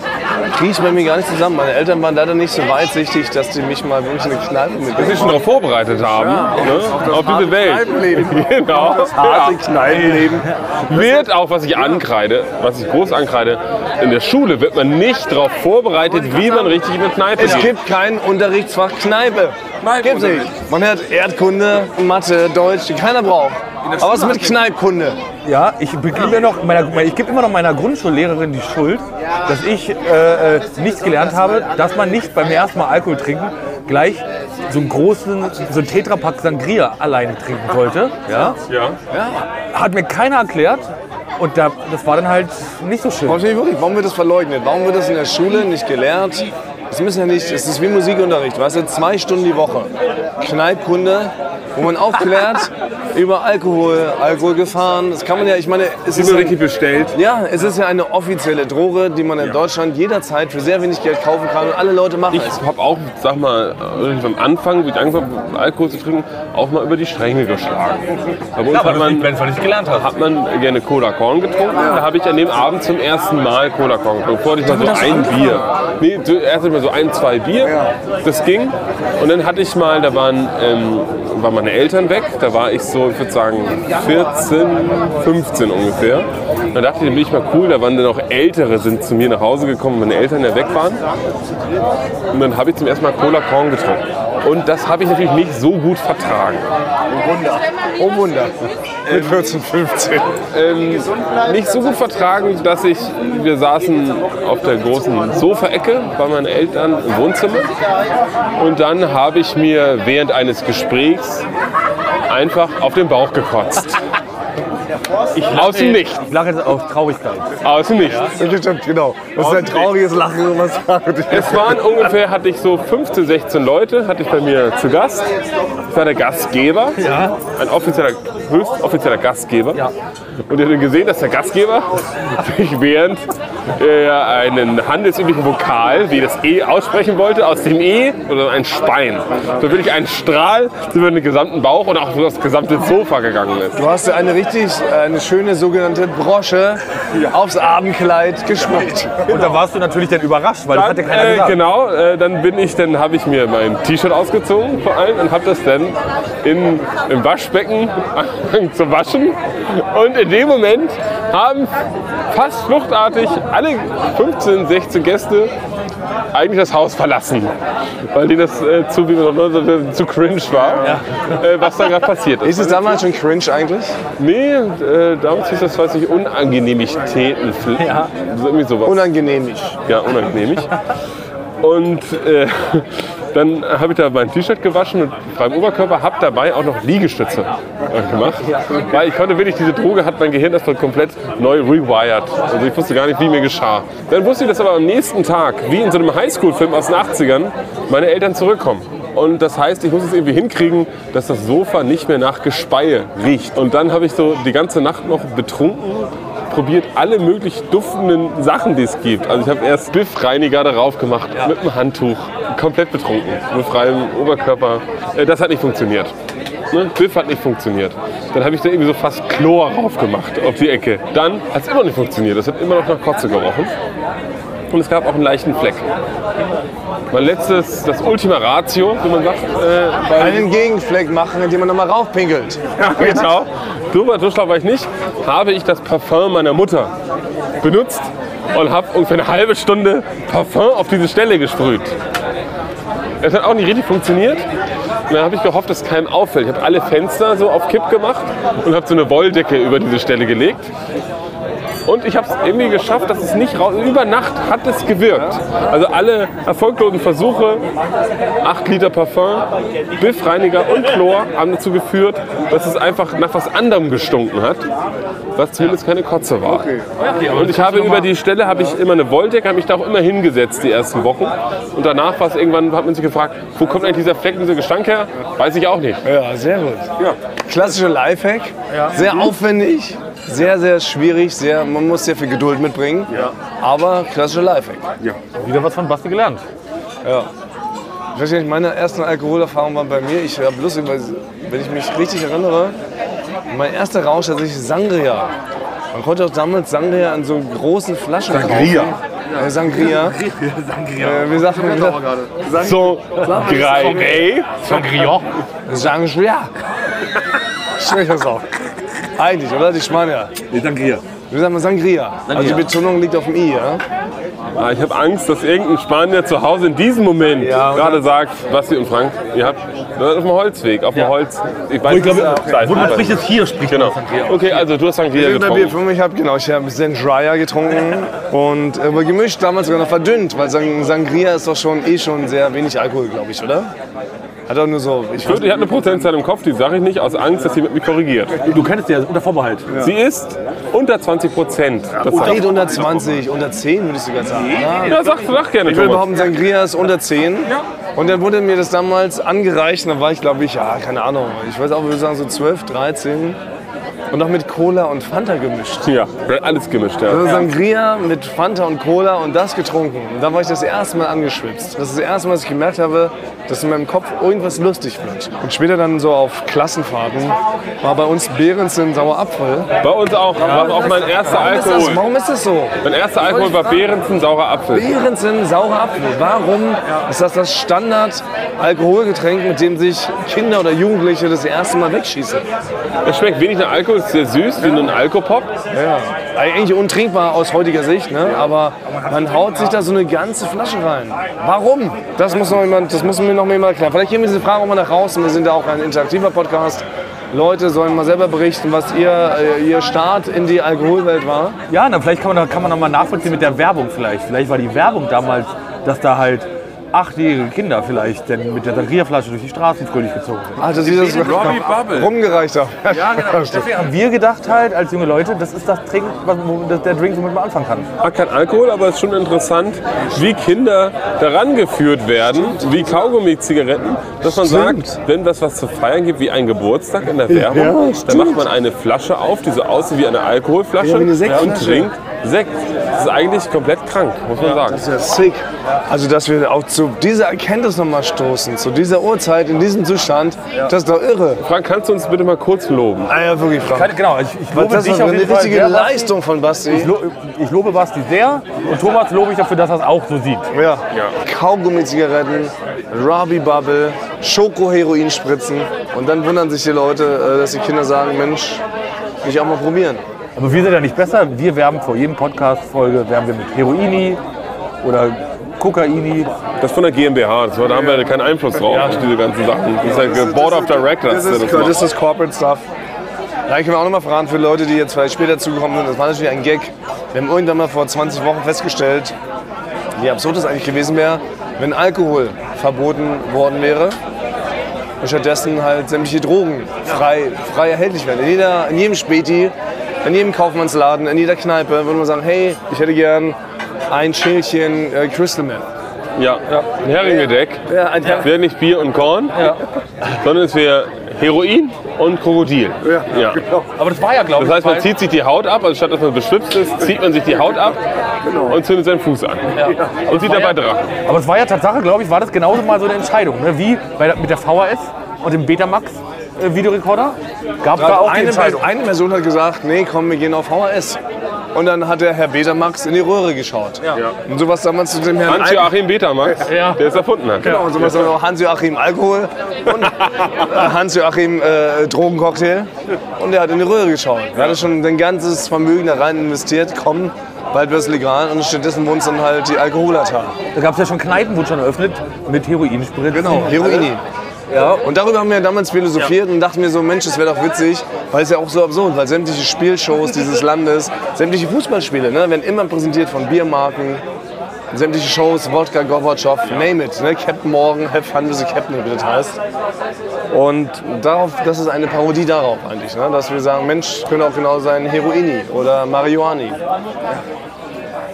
Speaker 5: Kriege ich bei mir gar nicht zusammen. Meine Eltern waren leider nicht so weitsichtig, dass die mich mal wirklich in eine Kneipe
Speaker 6: Dass sie
Speaker 5: mitgenommen
Speaker 6: schon darauf vorbereitet haben, ne? auf, diese Welt.
Speaker 5: Kneipenleben.
Speaker 6: Genau. Ja.
Speaker 5: haben. Kneipenleben.
Speaker 6: wird auch, was ich ankreide, was ich groß ankreide, in der Schule wird man nicht darauf vorbereitet, wie man richtig in eine Kneipe
Speaker 5: Es
Speaker 6: geht.
Speaker 5: gibt kein Unterrichtsfach Kneipe. Gibt's nicht. Man hat Erdkunde, Mathe, Deutsch, die keiner braucht. Aber was ist mit Kneipkunde?
Speaker 2: Ja, ich gebe mir noch meiner, ich gebe immer noch meiner Grundschullehrerin die Schuld, dass ich äh, äh, nichts gelernt habe, dass man nicht beim ersten Mal Alkohol trinken gleich so einen großen, so einen Tetrapack Sangria alleine trinken sollte. Ja?
Speaker 6: Ja.
Speaker 2: Hat mir keiner erklärt. Und da, das war dann halt nicht so schön.
Speaker 5: Verstehe ich wirklich, warum wird das verleugnet? Warum wird das in der Schule nicht gelehrt? Das müssen ja nicht, es ist wie Musikunterricht, weißt du, zwei Stunden die Woche. Kneipkunde, wo man aufklärt, über Alkohol, Alkoholgefahren. Das kann man ja, ich meine, es ist,
Speaker 6: Immer
Speaker 5: ein,
Speaker 6: richtig bestellt.
Speaker 5: ja, es ist ja eine offizielle Droge, die man in Deutschland jederzeit für sehr wenig Geld kaufen kann und alle Leute machen es.
Speaker 6: Ich habe auch, sag mal, relativ am Anfang, wie ich angefangen habe, Alkohol zu trinken, auch mal über die Stränge geschlagen. Bei uns hat man, wenn du nicht gelernt hast. Hat man gerne Cola Korn getrunken. Da habe ich an dem Abend zum ersten Mal Cola Korn getrunken. Vorher hatte ich mal so ein Bier. Nee, so- erst hatte ich mal so ein, zwei Bier. Das ging. Und dann hatte ich mal, da waren, ähm, waren meine Eltern weg. Da war ich so, ich würde sagen, 14, 15 ungefähr. Da dachte ich, dann bin ich mal cool. Da waren dann auch Ältere sind zu mir nach Hause gekommen, wenn meine Eltern ja weg waren. Und dann habe ich zum ersten Mal Cola Korn getrunken. Und das habe ich natürlich nicht so gut vertragen.
Speaker 5: Oh Wunder. Mit 14, 15.
Speaker 6: Ähm, nicht so gut vertragen, dass ich, wir saßen auf der großen Sofaecke bei meinen Eltern im Wohnzimmer. Und dann habe ich mir während eines Gesprächs einfach auf den Bauch gekotzt. Aus dem Nichts.
Speaker 2: Ich lache jetzt auf Traurigkeit.
Speaker 6: Aus dem Nichts.
Speaker 5: Genau. Das ist ein trauriges Lachen. Und was
Speaker 6: Es waren ungefähr, hatte ich so 15, 16 Leute, hatte ich bei mir zu Gast. Ich war der Gastgeber, ein offizieller, höchst offizieller Gastgeber. Und ihr habt gesehen, dass der Gastgeber sich während äh, einen handelsüblichen Vokal, wie das E aussprechen wollte, aus dem E oder ein Spein, so wirklich ein Strahl über den gesamten Bauch und auch über das gesamte Sofa gegangen ist.
Speaker 5: Du hast eine richtig, äh, eine schöne sogenannte Brosche aufs Abendkleid geschmiert.
Speaker 2: Und da warst du natürlich dann überrascht, weil das hat ja keiner
Speaker 6: Äh,
Speaker 2: gesagt.
Speaker 6: genau, äh, dann bin ich, dann habe ich mir mein T-Shirt ausgezogen vor allem und habe das dann in, im Waschbecken angefangen zu waschen. Und in dem Moment haben fast fluchtartig alle 15, 16 Gäste eigentlich das Haus verlassen, weil die das äh, zu, wie man noch sagt, zu cringe war, äh, was da gerade passiert ist.
Speaker 5: Ist es damals schon cringe eigentlich?
Speaker 6: Nee, äh, damals hieß das, weiß ich, Unangenehmigkeiten. Ja. Irgendwie sowas.
Speaker 5: Unangenehmig.
Speaker 6: Ja, unangenehmig. Und äh, dann habe ich da mein T-Shirt gewaschen und beim Oberkörper habe dabei auch noch Liegestütze äh, gemacht. Weil ich konnte wirklich, diese Droge hat mein Gehirn erstmal komplett neu rewired. Also ich wusste gar nicht, wie mir geschah. Dann wusste ich, dass aber am nächsten Tag, wie in so einem Highschool-Film aus den 80ern, meine Eltern zurückkommen. Und das heißt, ich muss es irgendwie hinkriegen, dass das Sofa nicht mehr nach Gespeie riecht. Und dann habe ich so die ganze Nacht noch betrunken probiert alle möglich duftenden Sachen, die es gibt. Also ich habe erst Biffreiniger darauf gemacht mit einem Handtuch, komplett betrunken, mit freiem Oberkörper. Äh, Das hat nicht funktioniert. Ne? Biff hat nicht funktioniert. Dann habe ich da irgendwie so fast Chlor drauf gemacht auf die Ecke. Dann hat es immer nicht funktioniert. Es hat immer noch nach Kotze gerochen. Und es gab auch einen leichten Fleck. Mein letztes, das Ultima Ratio, wie man sagt, äh, bei
Speaker 5: Einen Gegenfleck machen, indem man nochmal raufpinkelt.
Speaker 6: ja, genau. Drüber Duschler war ich nicht. Habe ich das Parfum meiner Mutter benutzt und habe ungefähr eine halbe Stunde Parfum auf diese Stelle gesprüht. Es hat auch nicht richtig funktioniert. Und dann habe ich gehofft, dass keinem auffällt. Ich habe alle Fenster so auf Kipp gemacht und habe so eine Wolldecke über diese Stelle gelegt. Und ich habe es irgendwie geschafft, dass es nicht raus. Über Nacht hat es gewirkt. Also alle erfolglosen Versuche, 8 Liter Parfum, Biffreiniger und Chlor haben dazu geführt, dass es einfach nach was anderem gestunken hat, was zumindest keine Kotze war. Und ich habe über die Stelle habe ich immer eine Wolldecke, habe mich da auch immer hingesetzt die ersten Wochen. Und danach war es irgendwann, hat man sich gefragt, wo kommt eigentlich dieser Fleck, dieser Gestank her? Weiß ich auch nicht.
Speaker 5: Ja, sehr gut. Mhm. Klassischer Lifehack. Sehr aufwendig, sehr, sehr schwierig, sehr, man muss sehr viel Geduld mitbringen. Aber klassischer Lifehack.
Speaker 2: Wieder was von Basti gelernt.
Speaker 5: Ich weiß gar nicht, meine ersten Alkoholerfahrungen waren bei mir, ich habe lustig, weil, wenn ich mich richtig erinnere, mein erster Rausch tatsächlich Sangria. Man konnte auch damals Sangria an so großen Flaschen Sangria. kaufen. Äh, Sangria. Sangria. Äh, wir sagten
Speaker 6: So, Grey, Sangria.
Speaker 5: Sangria. Schlecht das auch. Eigentlich, oder? Die Spanier.
Speaker 7: Nee, danke hier.
Speaker 5: Wir sagen mal Sangria. Also die Betonung liegt auf dem I, ja?
Speaker 6: Ah, Ich habe Angst, dass irgendein Spanier zu Hause in diesem Moment
Speaker 5: Ja,
Speaker 6: gerade sagt, Basti und Frank, ihr habt ihr seid auf dem Holzweg, auf dem Holz. Ich weiß nicht, wo man spricht es hier, spricht genau. Okay, also du hast Sangria
Speaker 5: Ich habe
Speaker 6: getrunken.
Speaker 5: ich habe genau, ich habe Sangria getrunken und äh, aber gemischt, damals sogar noch verdünnt, weil Sang Sangria ist doch schon eh schon sehr wenig Alkohol, glaube ich, oder? Hat doch nur so. Ich
Speaker 6: Ich würde- ich habe eine Prozentzahl im Kopf, die sage ich nicht, aus Angst, dass sie mit mir korrigiert.
Speaker 2: Du kennst die ja unter Vorbehalt.
Speaker 6: Sie ist unter 20 Prozent. Das sagt,
Speaker 5: weit unter 20, unter 10 würde ich sogar sagen. Ja.
Speaker 6: ja, sag, sag gerne,
Speaker 5: Ich würde
Speaker 6: Thomas.
Speaker 5: behaupten, Sangria ist unter 10. Und dann wurde mir das damals angereicht. Und dann war ich, glaube ich, ja, keine Ahnung. Ich weiß auch, würde sagen, so 12, 13. Und noch mit Cola und Fanta gemischt.
Speaker 6: Ja, alles gemischt. Ja.
Speaker 5: Also Sangria mit Fanta und Cola und das getrunken. Und da war ich das erste Mal angeschwipst. Das ist das erste Mal, dass ich gemerkt habe, dass in meinem Kopf irgendwas lustig wird. Und später dann so auf Klassenfahrten war bei uns Behrens ein Sauerapfel.
Speaker 6: Bei uns auch. Ja, war auch mein erster
Speaker 5: Warum ist das,
Speaker 6: Alkohol.
Speaker 5: warum ist das so?
Speaker 6: Mein erster Alkohol war Behrensen saurer Apfel.
Speaker 5: Behrensen saurer Apfel. Warum ist das das Standard-Alkoholgetränk, mit dem sich Kinder oder Jugendliche das erste Mal wegschießen?
Speaker 6: Es schmeckt wenig nach Alkohol, ist sehr süß, wie ein Alkopop.
Speaker 5: Ja. Eigentlich untrinkbar aus heutiger Sicht, ne? aber man haut sich da so eine ganze Flasche rein. Warum? Das muss, noch jemand, das muss mir noch jemand erklären. Vielleicht geben wir diese Frage auch mal nach draußen. Wir sind ja auch ein interaktiver Podcast. Leute sollen mal selber berichten, was ihr, äh, ihr Start in die Alkoholwelt war.
Speaker 2: Ja, na, vielleicht kann man, kann man noch mal nachvollziehen mit der Werbung vielleicht. Vielleicht war die Werbung damals, dass da halt achtjährige Kinder vielleicht denn mit der Sangria-Flasche durch die Straßen fröhlich gezogen sind.
Speaker 5: Also dieses
Speaker 11: Robbie Bubble.
Speaker 5: rumgereicht haben.
Speaker 2: Ja, genau. Deswegen haben wir gedacht halt, als junge Leute, das ist das Trink, was- wo- das- der Drink, womit man anfangen kann.
Speaker 6: Hat kein Alkohol, aber es ist schon interessant, wie Kinder daran geführt werden, wie Kaugummi-Zigaretten, dass man sagt, wenn das was zu feiern gibt, wie ein Geburtstag in der Werbung, dann macht man eine Flasche auf, die so aussieht wie eine Alkoholflasche und trinkt Sekt. Das ist eigentlich komplett krank, muss man sagen.
Speaker 5: Das ist ja sick. Also, dass wir auch zu dieser Erkenntnis nochmal stoßen, zu dieser Uhrzeit, in diesem Zustand, das ist doch irre.
Speaker 6: Frank, kannst du uns bitte mal kurz loben?
Speaker 5: Ah ja, wirklich, Frank.
Speaker 2: Genau, ich, ich
Speaker 5: Was
Speaker 2: lobe
Speaker 5: das
Speaker 2: dich
Speaker 5: ist
Speaker 2: auf
Speaker 5: eine
Speaker 2: jeden Fall
Speaker 5: richtige
Speaker 2: sehr, Basti.
Speaker 5: Leistung von
Speaker 2: Ich,
Speaker 5: Basti.
Speaker 2: lo ich lobe Basti sehr und Thomas lobe ich dafür, dass er es auch so sieht.
Speaker 5: Ja. Kaugummi-Zigaretten, Robbie-Bubble, Schoko-Heroin-Spritzen. Und dann wundern sich die Leute, äh, dass die Kinder sagen, Mensch, will ich auch mal probieren.
Speaker 2: Aber wir sind ja nicht besser. Wir werben vor jedem Podcast-Folge, werben wir mit Heroini oder Kokaini.
Speaker 6: Das ist von der GmbH, das war, da haben wir keinen Einfluss drauf, auf diese ganzen Sachen. Das ist ja Board of Directors,
Speaker 5: Das
Speaker 6: Äh, der
Speaker 5: ist,
Speaker 6: das
Speaker 5: das
Speaker 6: macht.
Speaker 5: ist Corporate Stuff. Da können wir auch noch mal fragen für Leute, die jetzt vielleicht später zugekommen sind. Das war natürlich ein Gag. Wir haben irgendwann mal vor 20 Wochen festgestellt, wie absurd das eigentlich gewesen wäre, wenn Alkohol verboten worden wäre und stattdessen halt sämtliche Drogen frei, frei erhältlich werden. In, jeder, in jedem Späti, in jedem Kaufmannsladen, in jeder Kneipe würde man sagen, hey, ich hätte gern ein Schälchen äh, Crystal Meth.
Speaker 6: Ja, ein Heringedeck.
Speaker 5: Ja, ein Her-
Speaker 6: Wäre nicht Bier und Korn, sondern es wäre Heroin und Krokodil. Ja,
Speaker 2: Aber das war ja, glaube
Speaker 6: Das
Speaker 2: ich,
Speaker 6: heißt, man
Speaker 2: bei-
Speaker 6: zieht sich die Haut ab, also statt dass man beschwipst ist, zieht man sich die Haut ab und zündet seinen Fuß an. Und sieht dabei Drachen.
Speaker 2: Aber es war ja Tatsache, glaube ich, war das genauso mal so eine Entscheidung, ne? wie bei der, mit der VHS und dem Betamax äh, Videorekorder. Gab es da auch eine
Speaker 5: eine,
Speaker 2: Entscheidung.
Speaker 5: eine Person hat gesagt, nee, komm, wir gehen auf VHS. Und dann hat der Herr Betamax in die Röhre geschaut. Und sowas damals zu dem Herrn Al-
Speaker 6: Hans-Joachim Betamax,
Speaker 2: Ja.
Speaker 6: der es erfunden hat.
Speaker 5: Genau, und sowas dann auch Hans-Joachim Alkohol und äh, Hans-Joachim äh, Drogencocktail. Und der hat in die Röhre geschaut. Er hatte schon sein ganzes Vermögen da rein investiert, komm, bald wird's legal. Und stattdessen wurden es dann halt die Alkoholatar.
Speaker 2: Da gab es ja schon Kneipen, wurde schon eröffnet mit Heroinspritzen.
Speaker 6: Genau.
Speaker 5: Heroini. Ja, und darüber haben wir damals philosophiert und dachten mir so, Mensch, das wäre doch witzig, weil es ja auch so absurd, weil sämtliche Spielshows dieses Landes, sämtliche Fußballspiele, ne, werden immer präsentiert von Biermarken, sämtliche Shows, Wodka, Gorbatschow, name it, ne, Captain Morgan, Have Fun with the Captain, wie das heißt. Und darauf, das ist eine Parodie darauf eigentlich, ne, dass wir sagen, Mensch, könnte auch genau sein Heroini oder Marihuani.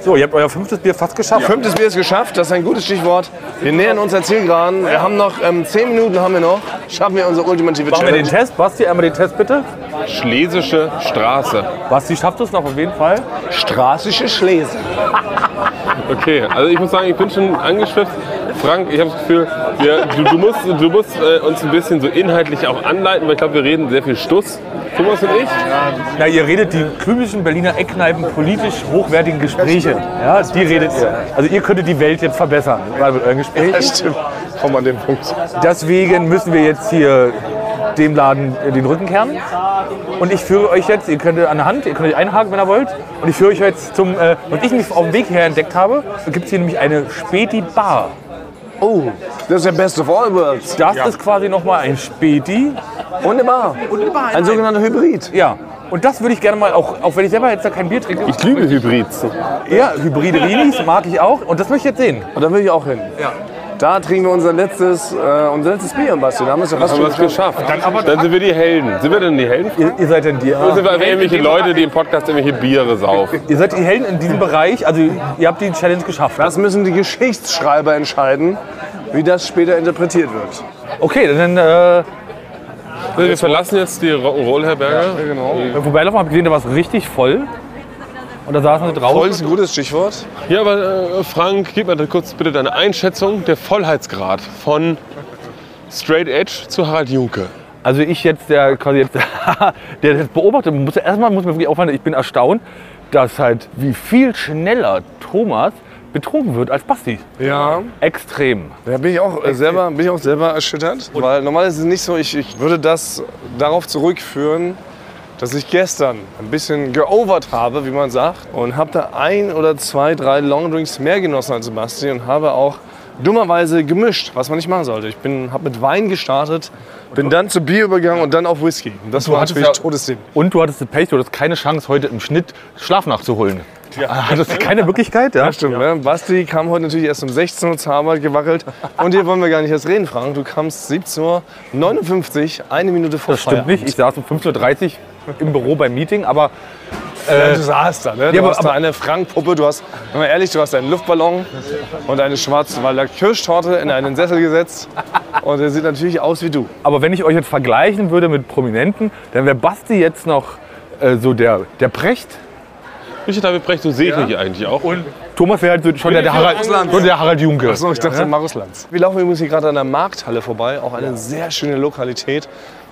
Speaker 2: So, ihr habt euer fünftes Bier fast geschafft.
Speaker 5: Fünftes Bier ist geschafft, das ist ein gutes Stichwort. Wir nähern uns der Zielgeraden. Wir haben noch ähm, zehn Minuten haben wir noch. Schaffen wir unsere ultimative
Speaker 2: Machen wir den
Speaker 5: Challenge.
Speaker 2: Test. Basti, einmal den Test bitte.
Speaker 6: Schlesische Straße.
Speaker 2: Basti schafft es noch auf jeden Fall.
Speaker 5: Straßische Schlese.
Speaker 6: Okay, also ich muss sagen, ich bin schon angeschwipst. Frank, ich habe das Gefühl, wir, du, du musst, du musst äh, uns ein bisschen so inhaltlich auch anleiten, weil ich glaube, wir reden sehr viel Stuss, Thomas und ich.
Speaker 2: Na, ihr redet die typischen Berliner Eckkneipen politisch hochwertigen Gespräche. Ja, die redet ihr. Also ihr könntet die Welt jetzt verbessern mal mit euren Gesprächen.
Speaker 5: stimmt. Komm an den Punkt.
Speaker 2: Deswegen müssen wir jetzt hier dem Laden äh, den Rücken kehren. Und ich führe euch jetzt, ihr könnt an der Hand, ihr könnt euch einhaken, wenn ihr wollt. Und ich führe euch jetzt zum, äh, und ich mich auf dem Weg her entdeckt habe, gibt es hier nämlich eine Späti-Bar.
Speaker 5: Oh, das ist der Best of all worlds.
Speaker 2: Das ist quasi nochmal ein Späti.
Speaker 5: Und eine Bar. Ein sogenannter Hybrid.
Speaker 2: Ja. Und das würde ich gerne mal, auch, auch wenn ich selber jetzt da kein Bier trinke,
Speaker 6: Ich liebe Hybrids.
Speaker 2: ja, hybride Rinis mag ich auch. Und das möchte ich jetzt sehen.
Speaker 5: Und da will ich auch hin. Da trinken wir unser letztes, äh, unser letztes Bier, Basti. Da haben wir es ja fast
Speaker 6: Haben wir
Speaker 5: schon
Speaker 6: es geschafft. Dann, sind wir die Helden. Sind wir denn die Helden?
Speaker 2: Ihr, ihr seid denn die,
Speaker 6: Oder sind wir einfach irgendwelche Leute, die im Podcast irgendwelche Biere saufen?
Speaker 2: ihr seid die Helden in diesem Bereich. Also ihr habt die Challenge geschafft.
Speaker 5: Das müssen die Geschichtsschreiber entscheiden, wie das später interpretiert wird.
Speaker 2: Okay, dann äh,
Speaker 6: Also wir verlassen jetzt die Rock'n'Roll-Herberge.
Speaker 2: beim Vorbeilaufen habe ich gesehen, da war es richtig voll. Und da saßen sie
Speaker 5: Voll
Speaker 2: draußen.
Speaker 5: ist ein gutes Stichwort.
Speaker 6: Ja, aber äh, Frank, gib mir da kurz bitte deine Einschätzung der Vollheitsgrad von Straight Edge zu Harald Junke.
Speaker 2: Also ich jetzt, der quasi jetzt, der das beobachtet, muss erstmal muss mir wirklich auffallen, ich bin erstaunt, dass halt wie viel schneller Thomas betrunken wird als Basti.
Speaker 5: Ja.
Speaker 2: Extrem.
Speaker 5: Da bin ich auch äh, selber, bin ich auch selber erschüttert, weil normal ist es nicht so. Ich, ich würde das darauf zurückführen, dass ich gestern ein bisschen geovert habe, wie man sagt, und habe da ein oder zwei, drei Longdrinks mehr genossen als Sebastian und habe auch dummerweise gemischt, was man nicht machen sollte. Ich bin, habe mit Wein gestartet, bin dann zu Bier übergegangen und dann auf Whisky. Und das war
Speaker 2: hattest
Speaker 5: natürlich
Speaker 2: ja-
Speaker 5: Todessinn.
Speaker 2: Und du hattest Pech, du hattest keine Chance heute im Schnitt Schlaf nachzuholen. Ja. Hattest du keine Möglichkeit, ja?
Speaker 5: Ja, stimmt. Ne? Basti kam heute natürlich erst um 16 Uhr zur Arbeit gewackelt. Und hier wollen wir gar nicht erst reden, Frank. Du kamst 17.59 Uhr, eine Minute vor
Speaker 2: Das stimmt nicht. Ich saß um 15.30 Uhr im Büro beim Meeting, aber äh,
Speaker 5: Ja, du saßt da, ne? Du
Speaker 2: Ja, aber-
Speaker 5: hast da
Speaker 2: aber-
Speaker 5: eine Frank-Puppe, du hast, wenn man ehrlich, du hast einen Luftballon und eine Schwarzwalder Kirschtorte in einen Sessel gesetzt. Und er sieht natürlich aus wie du.
Speaker 2: Aber wenn ich euch jetzt vergleichen würde mit Prominenten, dann wäre Basti jetzt noch äh, so der, der Precht.
Speaker 6: Richard David Brecht, so sehe ich dich eigentlich auch. Und
Speaker 2: Thomas wäre halt so schon der, der, Harald, so der Harald Junke.
Speaker 5: So, Oh, ich dachte, Markus Lanz. ne? Wir laufen übrigens hier gerade an der Markthalle vorbei, auch eine sehr schöne Lokalität.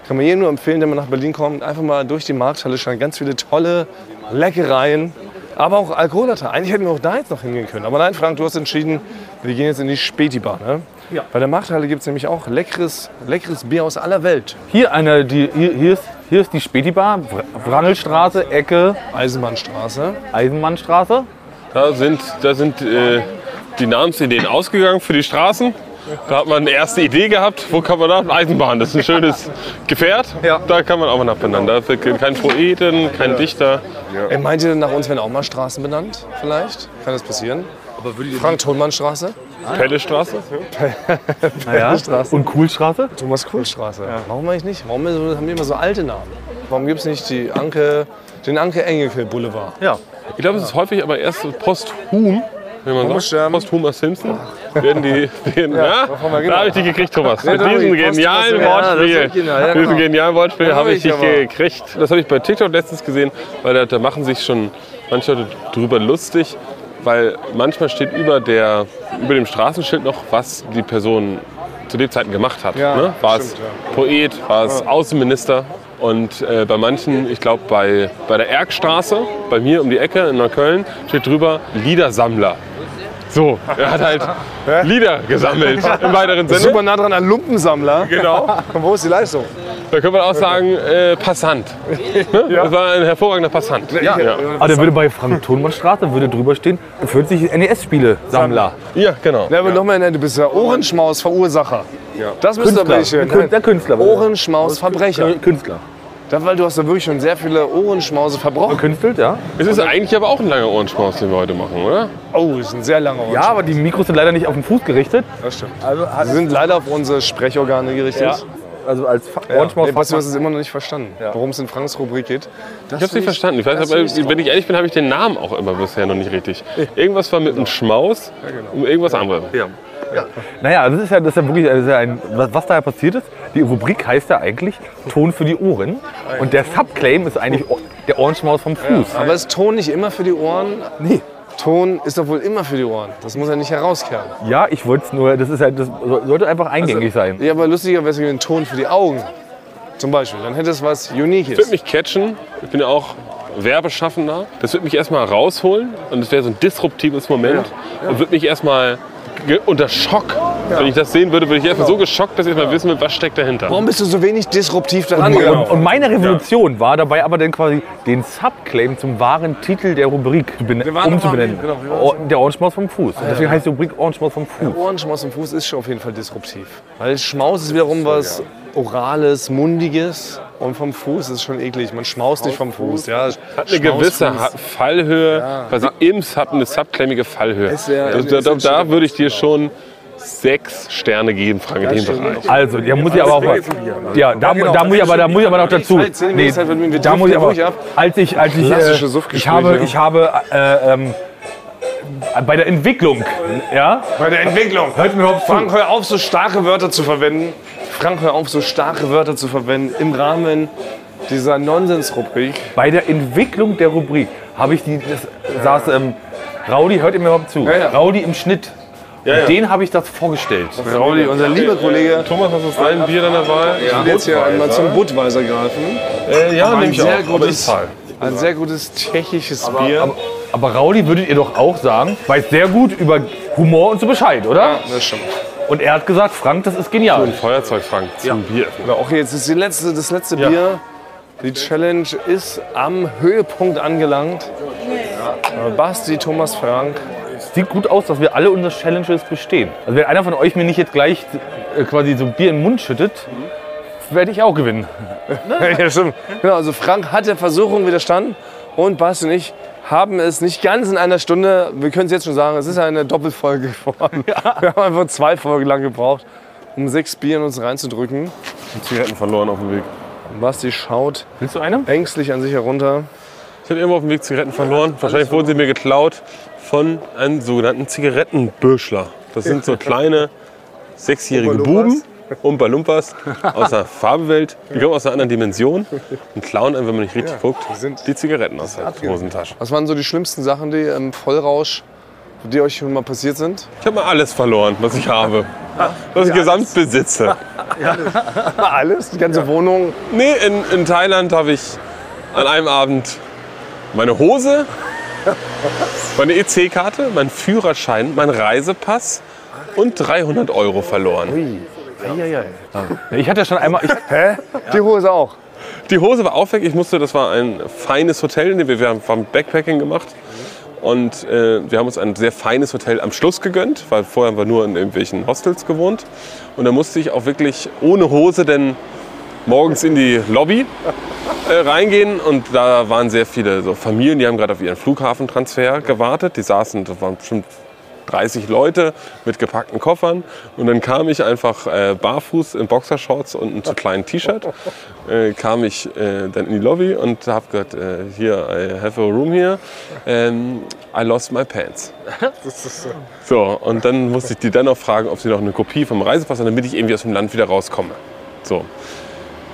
Speaker 5: Kann man jedem nur empfehlen, wenn man nach Berlin kommt, einfach mal durch die Markthalle schauen. Ganz viele tolle Leckereien, aber auch Alkoholate. Eigentlich hätten wir auch da jetzt noch hingehen können. Aber nein, Frank, du hast entschieden, wir gehen jetzt in die Späti-Bar. Ne? Ja. Bei der Markthalle gibt es nämlich auch leckeres, leckeres Bier aus aller Welt.
Speaker 2: Hier, eine, die, hier, hier, ist, hier ist die Spätibar, Wr- Wrangelstraße, Ecke,
Speaker 5: Eisenbahnstraße.
Speaker 2: Eisenbahnstraße.
Speaker 6: da sind, da sind äh, die Namensideen ausgegangen für die Straßen. Da hat man eine erste Idee gehabt, wo kann man da? Eisenbahn, das ist ein schönes Gefährt.
Speaker 5: Ja.
Speaker 6: Da kann man auch mal nachbenennen. Da wird kein Poeten, kein Dichter.
Speaker 5: Ey, Äh, meint ihr, nach uns werden auch mal Straßen benannt? Vielleicht? Kann das passieren? Frank-Thonmann-Straße?
Speaker 6: Pellestraße.
Speaker 2: Naja. Und Kuhlstraße.
Speaker 5: Thomas Kuhlstraße. Warum eigentlich nicht? Warum haben die immer so alte Namen? Warum gibt es nicht die Anke, den Anke Engelke Boulevard?
Speaker 2: Ja.
Speaker 6: Ich glaube, es ist häufig aber erst so posthum, wenn man sagt,
Speaker 5: Posthum.
Speaker 6: posthumer Simpson, werden die, werden, ja,
Speaker 5: davon mal
Speaker 6: da
Speaker 5: genau.
Speaker 6: habe ich die gekriegt, Thomas. Mit
Speaker 5: da hab
Speaker 6: diesem
Speaker 5: ich Post-
Speaker 6: genialen
Speaker 5: Ja, das
Speaker 6: Wortspiel,
Speaker 5: hab ich genau, ja,
Speaker 6: diesem
Speaker 5: genau.
Speaker 6: genialen Wortspiel
Speaker 5: Ja,
Speaker 6: habe
Speaker 5: hab
Speaker 6: ich
Speaker 5: ich
Speaker 6: dich
Speaker 5: aber.
Speaker 6: gekriegt. Das habe ich bei TikTok letztens gesehen, weil da, da machen sich schon manche Leute drüber lustig, weil manchmal steht über, der, über dem Straßenschild noch, was die Person zu Lebzeiten gemacht hat.
Speaker 5: Ja,
Speaker 6: ne? War es
Speaker 5: stimmt, ja.
Speaker 6: Poet, war es Außenminister. Und äh, bei manchen, ich glaube bei, bei der Erkstraße, bei mir um die Ecke in Neukölln, steht drüber Liedersammler. So, er hat halt Lieder gesammelt im weiteren Sinne.
Speaker 5: Super nah dran an Lumpensammler.
Speaker 6: Genau.
Speaker 5: Und wo ist die Leistung?
Speaker 6: Da könnte man auch sagen, äh, Passant. Ne? Das war ein hervorragender Passant. Ja, ja.
Speaker 2: Aber der Also würde bei Frank-Thunmann-Straße würde drüber stehen, 40 NES-Spiele-Sammler.
Speaker 6: ja genau.
Speaker 5: Ja, aber nochmal, nein, du bist ja Ohrenschmaus-Verursacher. Das müsste aber nicht
Speaker 2: Der Kün- der Künstler.
Speaker 5: Ohrenschmaus-Verbrecher.
Speaker 2: Künstler.
Speaker 5: Das, Weil du hast ja wirklich schon sehr viele Ohrenschmause verbrochen.
Speaker 2: Künstelt, ja.
Speaker 6: Es ist eigentlich aber auch ein langer Ohrenschmaus, den wir heute machen, oder?
Speaker 5: Oh, ist ein sehr langer
Speaker 2: Ja, Also,
Speaker 5: Ohrenschmaus.
Speaker 2: aber die Mikros sind leider nicht auf den Fuß gerichtet.
Speaker 5: Sie sind leider auf unsere Sprechorgane gerichtet. Ja.
Speaker 2: Also als
Speaker 5: Nee,
Speaker 2: Ohrenschmaus.
Speaker 5: Basti, du hast es immer noch nicht verstanden, worum es in Franks Rubrik geht.
Speaker 6: Ich hab's nicht verstanden. Ich weiß, aber, wenn ich ehrlich bin, habe ich den Namen auch immer bisher noch nicht richtig. Irgendwas war mit einem Schmaus und irgendwas anderes.
Speaker 2: Naja, das ist ja, das ist ja wirklich das ist ja ein, was, was da ja passiert ist. Die Rubrik heißt ja eigentlich Ton für die Ohren. Und der Subclaim ist eigentlich Ohr- der Ohrenschmaus vom Fuß.
Speaker 5: Aber ist Ton nicht immer für die Ohren?
Speaker 2: Nee.
Speaker 5: Ton ist doch wohl immer für die Ohren. Das muss ja nicht herauskehren.
Speaker 2: Ja, ich wollte es nur, das, ist halt, das so- sollte einfach eingängig sein.
Speaker 5: Ja, aber lustigerweise gibt es einen Ton für die Augen. Zum Beispiel. Dann hätte es was
Speaker 6: Das
Speaker 5: Uniques.
Speaker 6: würde mich catchen. Ich bin ja auch Werbeschaffender. Das würde mich erstmal rausholen und es wäre so ein disruptives Moment. Und würde mich erstmal ge- unter Schock, wenn ich das sehen würde, würde ich erstmal so geschockt, dass ich erstmal wissen will, was steckt dahinter.
Speaker 5: Warum bist du so wenig disruptiv daran
Speaker 2: Und,
Speaker 5: gegangen?
Speaker 2: und meine Revolution war dabei aber dann quasi den Subclaim zum wahren Titel der Rubrik zu ben- umzubenennen. Ohr- der Ohrenschmaus vom Fuß. Und deswegen heißt die Rubrik Ohrenschmaus vom Fuß.
Speaker 5: Ohrenschmaus im Fuß ist schon auf jeden Fall disruptiv. Weil Schmaus ist wiederum was Orales, Mundiges. Und vom Fuß ist schon eklig. Man schmaust nicht vom Fuß. Ja,
Speaker 6: Hat eine gewisse
Speaker 5: Schmausfuß.
Speaker 6: ha Fallhöhe, quasi im Sub eine subclaimige Fallhöhe.
Speaker 5: Es wär-
Speaker 6: also, da,
Speaker 5: es
Speaker 6: da,
Speaker 5: ist
Speaker 6: da würde ich dir schon sechs Sterne geben, Frank, in dem Bereich.
Speaker 2: Also, da muss ich aber auch was. Ja, da, mu- da muss ich aber, da muss ich aber noch dazu.
Speaker 5: Zeit, zehn Minuten Zeit, wenn wir-
Speaker 2: da muss ich
Speaker 5: wir
Speaker 2: aber.
Speaker 5: durch ab.
Speaker 2: Als ich, als ich,
Speaker 5: Klassische
Speaker 2: äh, ich
Speaker 5: Suffgespräche.
Speaker 2: habe, ich habe äh, ähm, Bei der Entwicklung. Ja?
Speaker 5: Bei der Entwicklung.
Speaker 2: Hört mir überhaupt
Speaker 5: Frank, hör auf, so starke Wörter zu verwenden. Frank, hör auf, so starke Wörter zu verwenden im Rahmen dieser Nonsens-Rubrik.
Speaker 2: Bei der Entwicklung der Rubrik habe ich die, das saß, ähm, Raudi, hört ihr mir überhaupt zu?
Speaker 5: Ja, ja.
Speaker 2: Raudi im Schnitt.
Speaker 5: ja.
Speaker 2: Den habe ich das vorgestellt.
Speaker 5: Raudi, unser lieber Kollege,
Speaker 6: Thomas, hast du das ein Bier dann dabei?
Speaker 5: ja, jetzt hier einmal zum Budweiser greifen.
Speaker 6: Äh, ja,
Speaker 5: Ein
Speaker 6: nehme ich
Speaker 5: sehr
Speaker 6: auch. Aber
Speaker 5: gutes,
Speaker 6: ist Zahl.
Speaker 5: ein sehr gutes tschechisches Bier.
Speaker 2: Aber, aber Raudi würdet ihr doch auch sagen, weiß sehr gut über Humor und so Bescheid, oder?
Speaker 5: ja, das stimmt.
Speaker 2: Und er hat gesagt, Frank, das ist genial.
Speaker 6: Ein Feuerzeug, Frank, zum Bier.
Speaker 5: Aber auch jetzt ist die letzte, das letzte Bier. Die Challenge ist am Höhepunkt angelangt. Basti, Thomas, Frank.
Speaker 2: Sieht gut aus, dass wir alle unsere Challenges bestehen. Also wenn einer von euch mir nicht jetzt gleich äh, quasi so Bier in den Mund schüttet, werde ich auch gewinnen.
Speaker 5: Ja, stimmt. Genau, also Frank hat der Versuchung widerstanden und Basti und ich haben es nicht ganz in einer Stunde, wir können es jetzt schon sagen, es ist eine Doppelfolge geworden. Wir haben einfach zwei Folgen lang gebraucht, um sechs Bier in uns reinzudrücken.
Speaker 6: Zigaretten verloren auf dem Weg.
Speaker 5: Basti schaut
Speaker 2: Willst du eine?
Speaker 5: ängstlich an sich herunter.
Speaker 6: Ich habe irgendwo auf dem Weg Zigaretten verloren. Wahrscheinlich wurden sie mir geklaut von einem sogenannten Zigarettenbüschler. Das sind so kleine sechsjährige Buben, Umpa Lumpas, aus der Farbewelt. Die kommen aus einer anderen Dimension und klauen einem, wenn man nicht richtig guckt, die Zigaretten aus der Hosentasche.
Speaker 5: Was waren so die schlimmsten Sachen, die im Vollrausch, die euch schon mal passiert sind?
Speaker 6: Ich habe mal alles verloren, was ich habe. Was ich gesamt besitze.
Speaker 5: Alles, die ganze Wohnung.
Speaker 6: Nee, in, in Thailand habe ich an einem Abend meine Hose, meine E EC-Karte, meinen Führerschein, meinen Reisepass und 300 Euro verloren.
Speaker 2: Ich hatte ja schon einmal, ich,
Speaker 5: Die Hose auch.
Speaker 6: Die Hose war auch weg. Ich musste, das war ein feines Hotel, in dem wir, wir haben- haben Backpacking gemacht. Und äh, wir haben uns ein sehr feines Hotel am Schluss gegönnt, weil vorher haben wir nur in irgendwelchen Hostels gewohnt. Und da musste ich auch wirklich ohne Hose denn morgens in die Lobby äh, reingehen. Und da waren sehr viele so Familien, die haben gerade auf ihren Flughafentransfer gewartet. Die saßen, da waren bestimmt 30 Leute mit gepackten Koffern. Und dann kam ich einfach äh, barfuß in Boxershorts und einem zu kleinen T-Shirt. Äh, kam ich äh, dann in die Lobby und habe gesagt, äh, hier, I have a room here. Ähm, I lost my pants. So, und dann musste ich die dann noch fragen, ob sie noch eine Kopie vom Reisepass haben, damit ich irgendwie aus dem Land wieder rauskomme. So.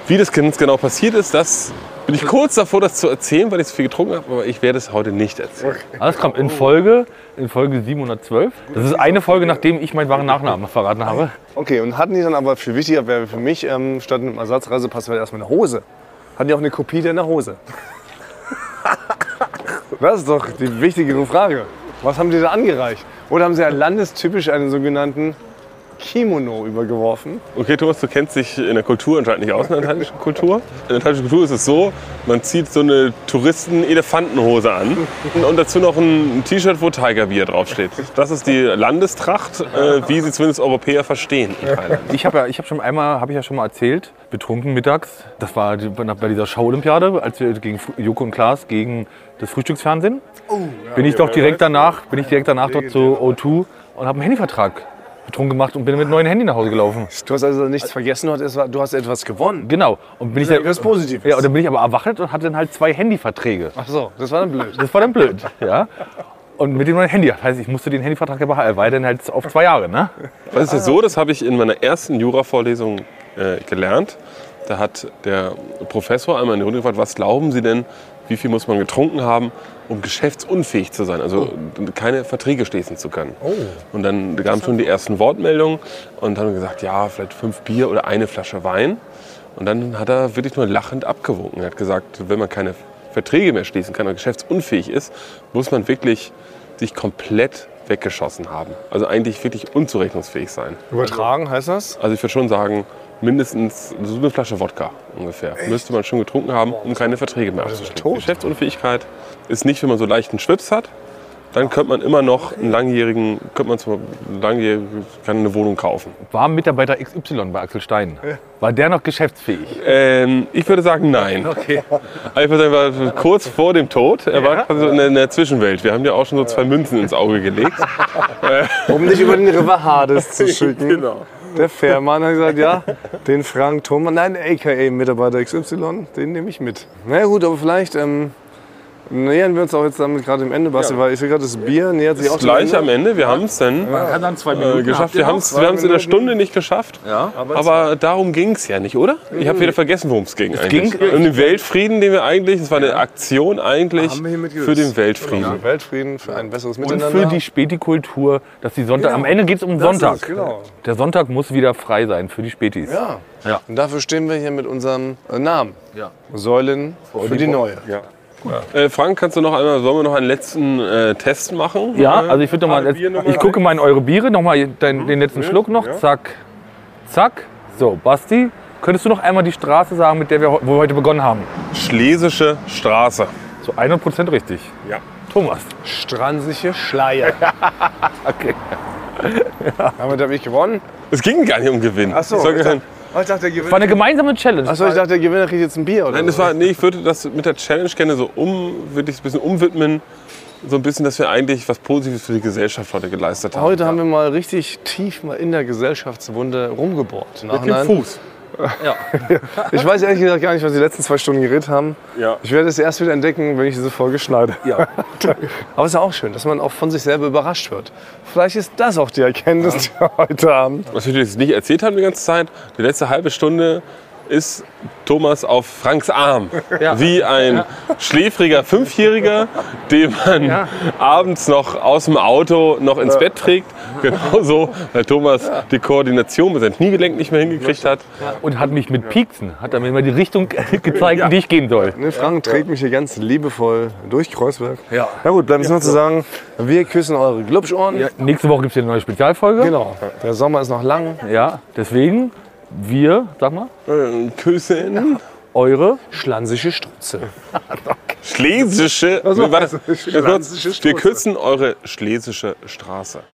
Speaker 6: Wie das ganz genau passiert ist, das bin ich kurz davor, das zu erzählen, weil ich so viel getrunken habe, aber ich werde es heute nicht erzählen.
Speaker 2: alles kommt in Folge, in Folge 712. Das ist eine Folge, nachdem ich meinen wahren Nachnamen verraten habe.
Speaker 5: Okay, und hatten die dann aber viel wichtiger wäre für mich, ähm, statt einem Ersatzreisepass wäre erstmal eine Hose. Hatten die auch eine Kopie deiner Hose? das ist doch die wichtigere Frage. Was haben die da angereicht? Oder haben sie ja landestypisch einen sogenannten Kimono übergeworfen?
Speaker 6: Okay, Thomas, du kennst dich in der Kultur anscheinend nicht aus, in der thailändischen Kultur. In der thailändischen Kultur ist es so, man zieht so eine Touristen-Elefantenhose an und dazu noch ein T-Shirt, wo Tigerbier draufsteht. Das ist die Landestracht, äh, wie sie zumindest Europäer verstehen in Thailand.
Speaker 2: Ich habe ja, ich habe schon einmal, habe ich ja schon mal erzählt, betrunken mittags. Das war die- bei dieser Schau-Olympiade, als wir gegen Fr- Joko und Klaas gegen das Frühstücksfernsehen. bin ich doch direkt danach, bin ich direkt danach dort zu O2 und habe einen Handyvertrag betrunken gemacht und bin mit einem neuen Handy nach Hause gelaufen.
Speaker 5: Du hast also nichts vergessen, du hast- du hast etwas gewonnen.
Speaker 2: Genau. Und bin ich
Speaker 5: Das ist
Speaker 2: dann-
Speaker 5: etwas Also Positives.
Speaker 2: Ja, und dann bin ich aber erwacht und hatte dann halt zwei Handyverträge.
Speaker 5: Ach so, das war dann blöd.
Speaker 2: Das war dann blöd, ja. Und mit dem neuen Handy. Das heißt, ich musste den Handyvertrag ja behalten, erweitern halt auf zwei Jahre, ne?
Speaker 6: Das ist ja so, das habe ich in meiner ersten Jura-Vorlesung äh, gelernt. Da hat der Professor einmal in die Runde gefragt, was glauben Sie denn, wie viel muss man getrunken haben, um geschäftsunfähig zu sein, also keine Verträge schließen zu können. Und dann kamen schon die ersten Wortmeldungen und haben gesagt, ja, vielleicht fünf Bier oder eine Flasche Wein. Und dann hat er wirklich nur lachend abgewunken. Er hat gesagt, wenn man keine Verträge mehr schließen kann oder geschäftsunfähig ist, muss man wirklich sich komplett weggeschossen haben. Also eigentlich wirklich unzurechnungsfähig sein.
Speaker 5: Übertragen heißt das?
Speaker 6: Also ich würde schon sagen, mindestens so eine Flasche Wodka ungefähr müsste man schon getrunken haben, um keine Verträge mehr abzuschließen. Geschäftsunfähigkeit ist nicht, wenn man so leichten Schwips hat. Dann könnte man immer noch einen langjährigen, könnte man zum langjährigen, kann eine Wohnung kaufen.
Speaker 2: War Mitarbeiter XY bei Axel Stein. War der noch geschäftsfähig?
Speaker 6: Ähm, ich würde sagen, nein.
Speaker 2: Okay.
Speaker 6: Aber Ich würde sagen, er war kurz vor dem Tod. Er war quasi in der, in der Zwischenwelt. Wir haben ja auch schon so zwei Münzen ins Auge gelegt.
Speaker 5: Um dich über den River Hades zu schicken. Der Fährmann hat gesagt, ja, den Frank Thomas, nein, aka Mitarbeiter XY, den nehme ich mit. Na ja, gut, aber vielleicht ähm, Nähern wir uns auch jetzt damit gerade dem Ende, Basti, weil ich sehe gerade, das Bier nähert sich auch dem
Speaker 6: Gleich am Ende, wir haben es dann
Speaker 2: kann dann zwei
Speaker 6: äh, geschafft. Wir haben es wir haben's in der Stunde nicht geschafft. aber darum ging es ja nicht, oder? Ich
Speaker 5: Mhm.
Speaker 6: habe wieder vergessen, worum es ging. Es
Speaker 2: ging-
Speaker 6: um den Weltfrieden, den wir eigentlich, es war eine Aktion eigentlich
Speaker 5: Haben wir hiermit gelöst.
Speaker 6: für den Weltfrieden.
Speaker 5: Für Weltfrieden, für ein besseres
Speaker 2: Und
Speaker 5: Miteinander. Genau.
Speaker 2: für die Spätikultur, dass die Sonntag. Am Ende geht es um
Speaker 5: Das
Speaker 2: Sonntag.
Speaker 5: ist- genau.
Speaker 2: Der Sonntag muss wieder frei sein für die Spätis.
Speaker 5: Ja. Und dafür stehen wir hier mit unserem äh, Namen. Säulen für die, neue.
Speaker 6: Äh, Frank, kannst du noch einmal, sollen wir noch einen letzten äh, Test machen?
Speaker 2: Ja,
Speaker 6: Äh,
Speaker 2: also ich würde nochmal.
Speaker 6: alle Bier noch mal
Speaker 2: Ich gucke mal in eure Biere, nochmal
Speaker 5: Mhm.
Speaker 2: den, den letzten Schluck noch. Zack. Zack. So, Basti, könntest du noch einmal die Straße sagen, mit der wir, heu- wo wir heute begonnen haben?
Speaker 6: Schlesische Straße.
Speaker 2: So 100% richtig.
Speaker 6: Ja.
Speaker 2: Thomas.
Speaker 5: Stransische Schleier.
Speaker 2: Okay.
Speaker 5: Damit habe ich gewonnen.
Speaker 6: Es ging gar nicht um Gewinn.
Speaker 5: Ach so,
Speaker 6: Es war gar-
Speaker 5: ich Oh, ich dachte, der
Speaker 2: War
Speaker 5: Gewinner,
Speaker 2: eine gemeinsame Challenge.
Speaker 5: Ach so, ich dachte, der Gewinner kriegt jetzt ein Bier, oder?
Speaker 6: Nein, das
Speaker 5: was?
Speaker 6: war, nee, ich würde das mit der Challenge gerne so um, würde ich es ein bisschen umwidmen. So ein bisschen, dass wir eigentlich was Positives für die Gesellschaft heute geleistet haben.
Speaker 5: Heute haben wir mal richtig tief mal in der Gesellschaftswunde rumgebohrt. Mit
Speaker 6: Fuß.
Speaker 5: Ich weiß ehrlich gesagt gar nicht, was die letzten zwei Stunden geredet haben.
Speaker 6: Ja.
Speaker 5: Ich werde es erst wieder entdecken, wenn ich diese Folge schneide.
Speaker 2: Ja.
Speaker 5: Aber es ist ja auch schön, dass man auch von sich selber überrascht wird. Vielleicht ist das auch die Erkenntnis die heute Abend.
Speaker 6: Was wir jetzt nicht erzählt haben die ganze Zeit, die letzte halbe Stunde ist Thomas auf Franks Arm. Wie ein schläfriger Fünfjähriger, den man abends noch aus dem Auto noch ins Bett trägt. Genauso, weil Thomas die Koordination mit seinem Kniegelenk nicht mehr hingekriegt hat.
Speaker 2: Und hat mich mit Pieksen, hat er mir immer die Richtung gezeigt, in die ich gehen soll.
Speaker 5: Ne, Frank trägt mich hier ganz liebevoll durch Kreuzberg. Ja. Na gut, bleibt uns nur zu sagen, wir küssen eure Glubschohren.
Speaker 2: Ja, nächste Woche gibt es hier eine neue Spezialfolge.
Speaker 5: Genau, der Sommer ist noch lang.
Speaker 2: Ja, deswegen, wir, sag mal,
Speaker 6: Äh, Küssen.
Speaker 2: eure
Speaker 5: Schlansische Strutze.
Speaker 6: Schlesische.
Speaker 5: so,
Speaker 6: warte,
Speaker 5: also
Speaker 6: wir,
Speaker 5: schlansische
Speaker 6: wir
Speaker 5: Stoße.
Speaker 6: küssen eure schlesische Straße.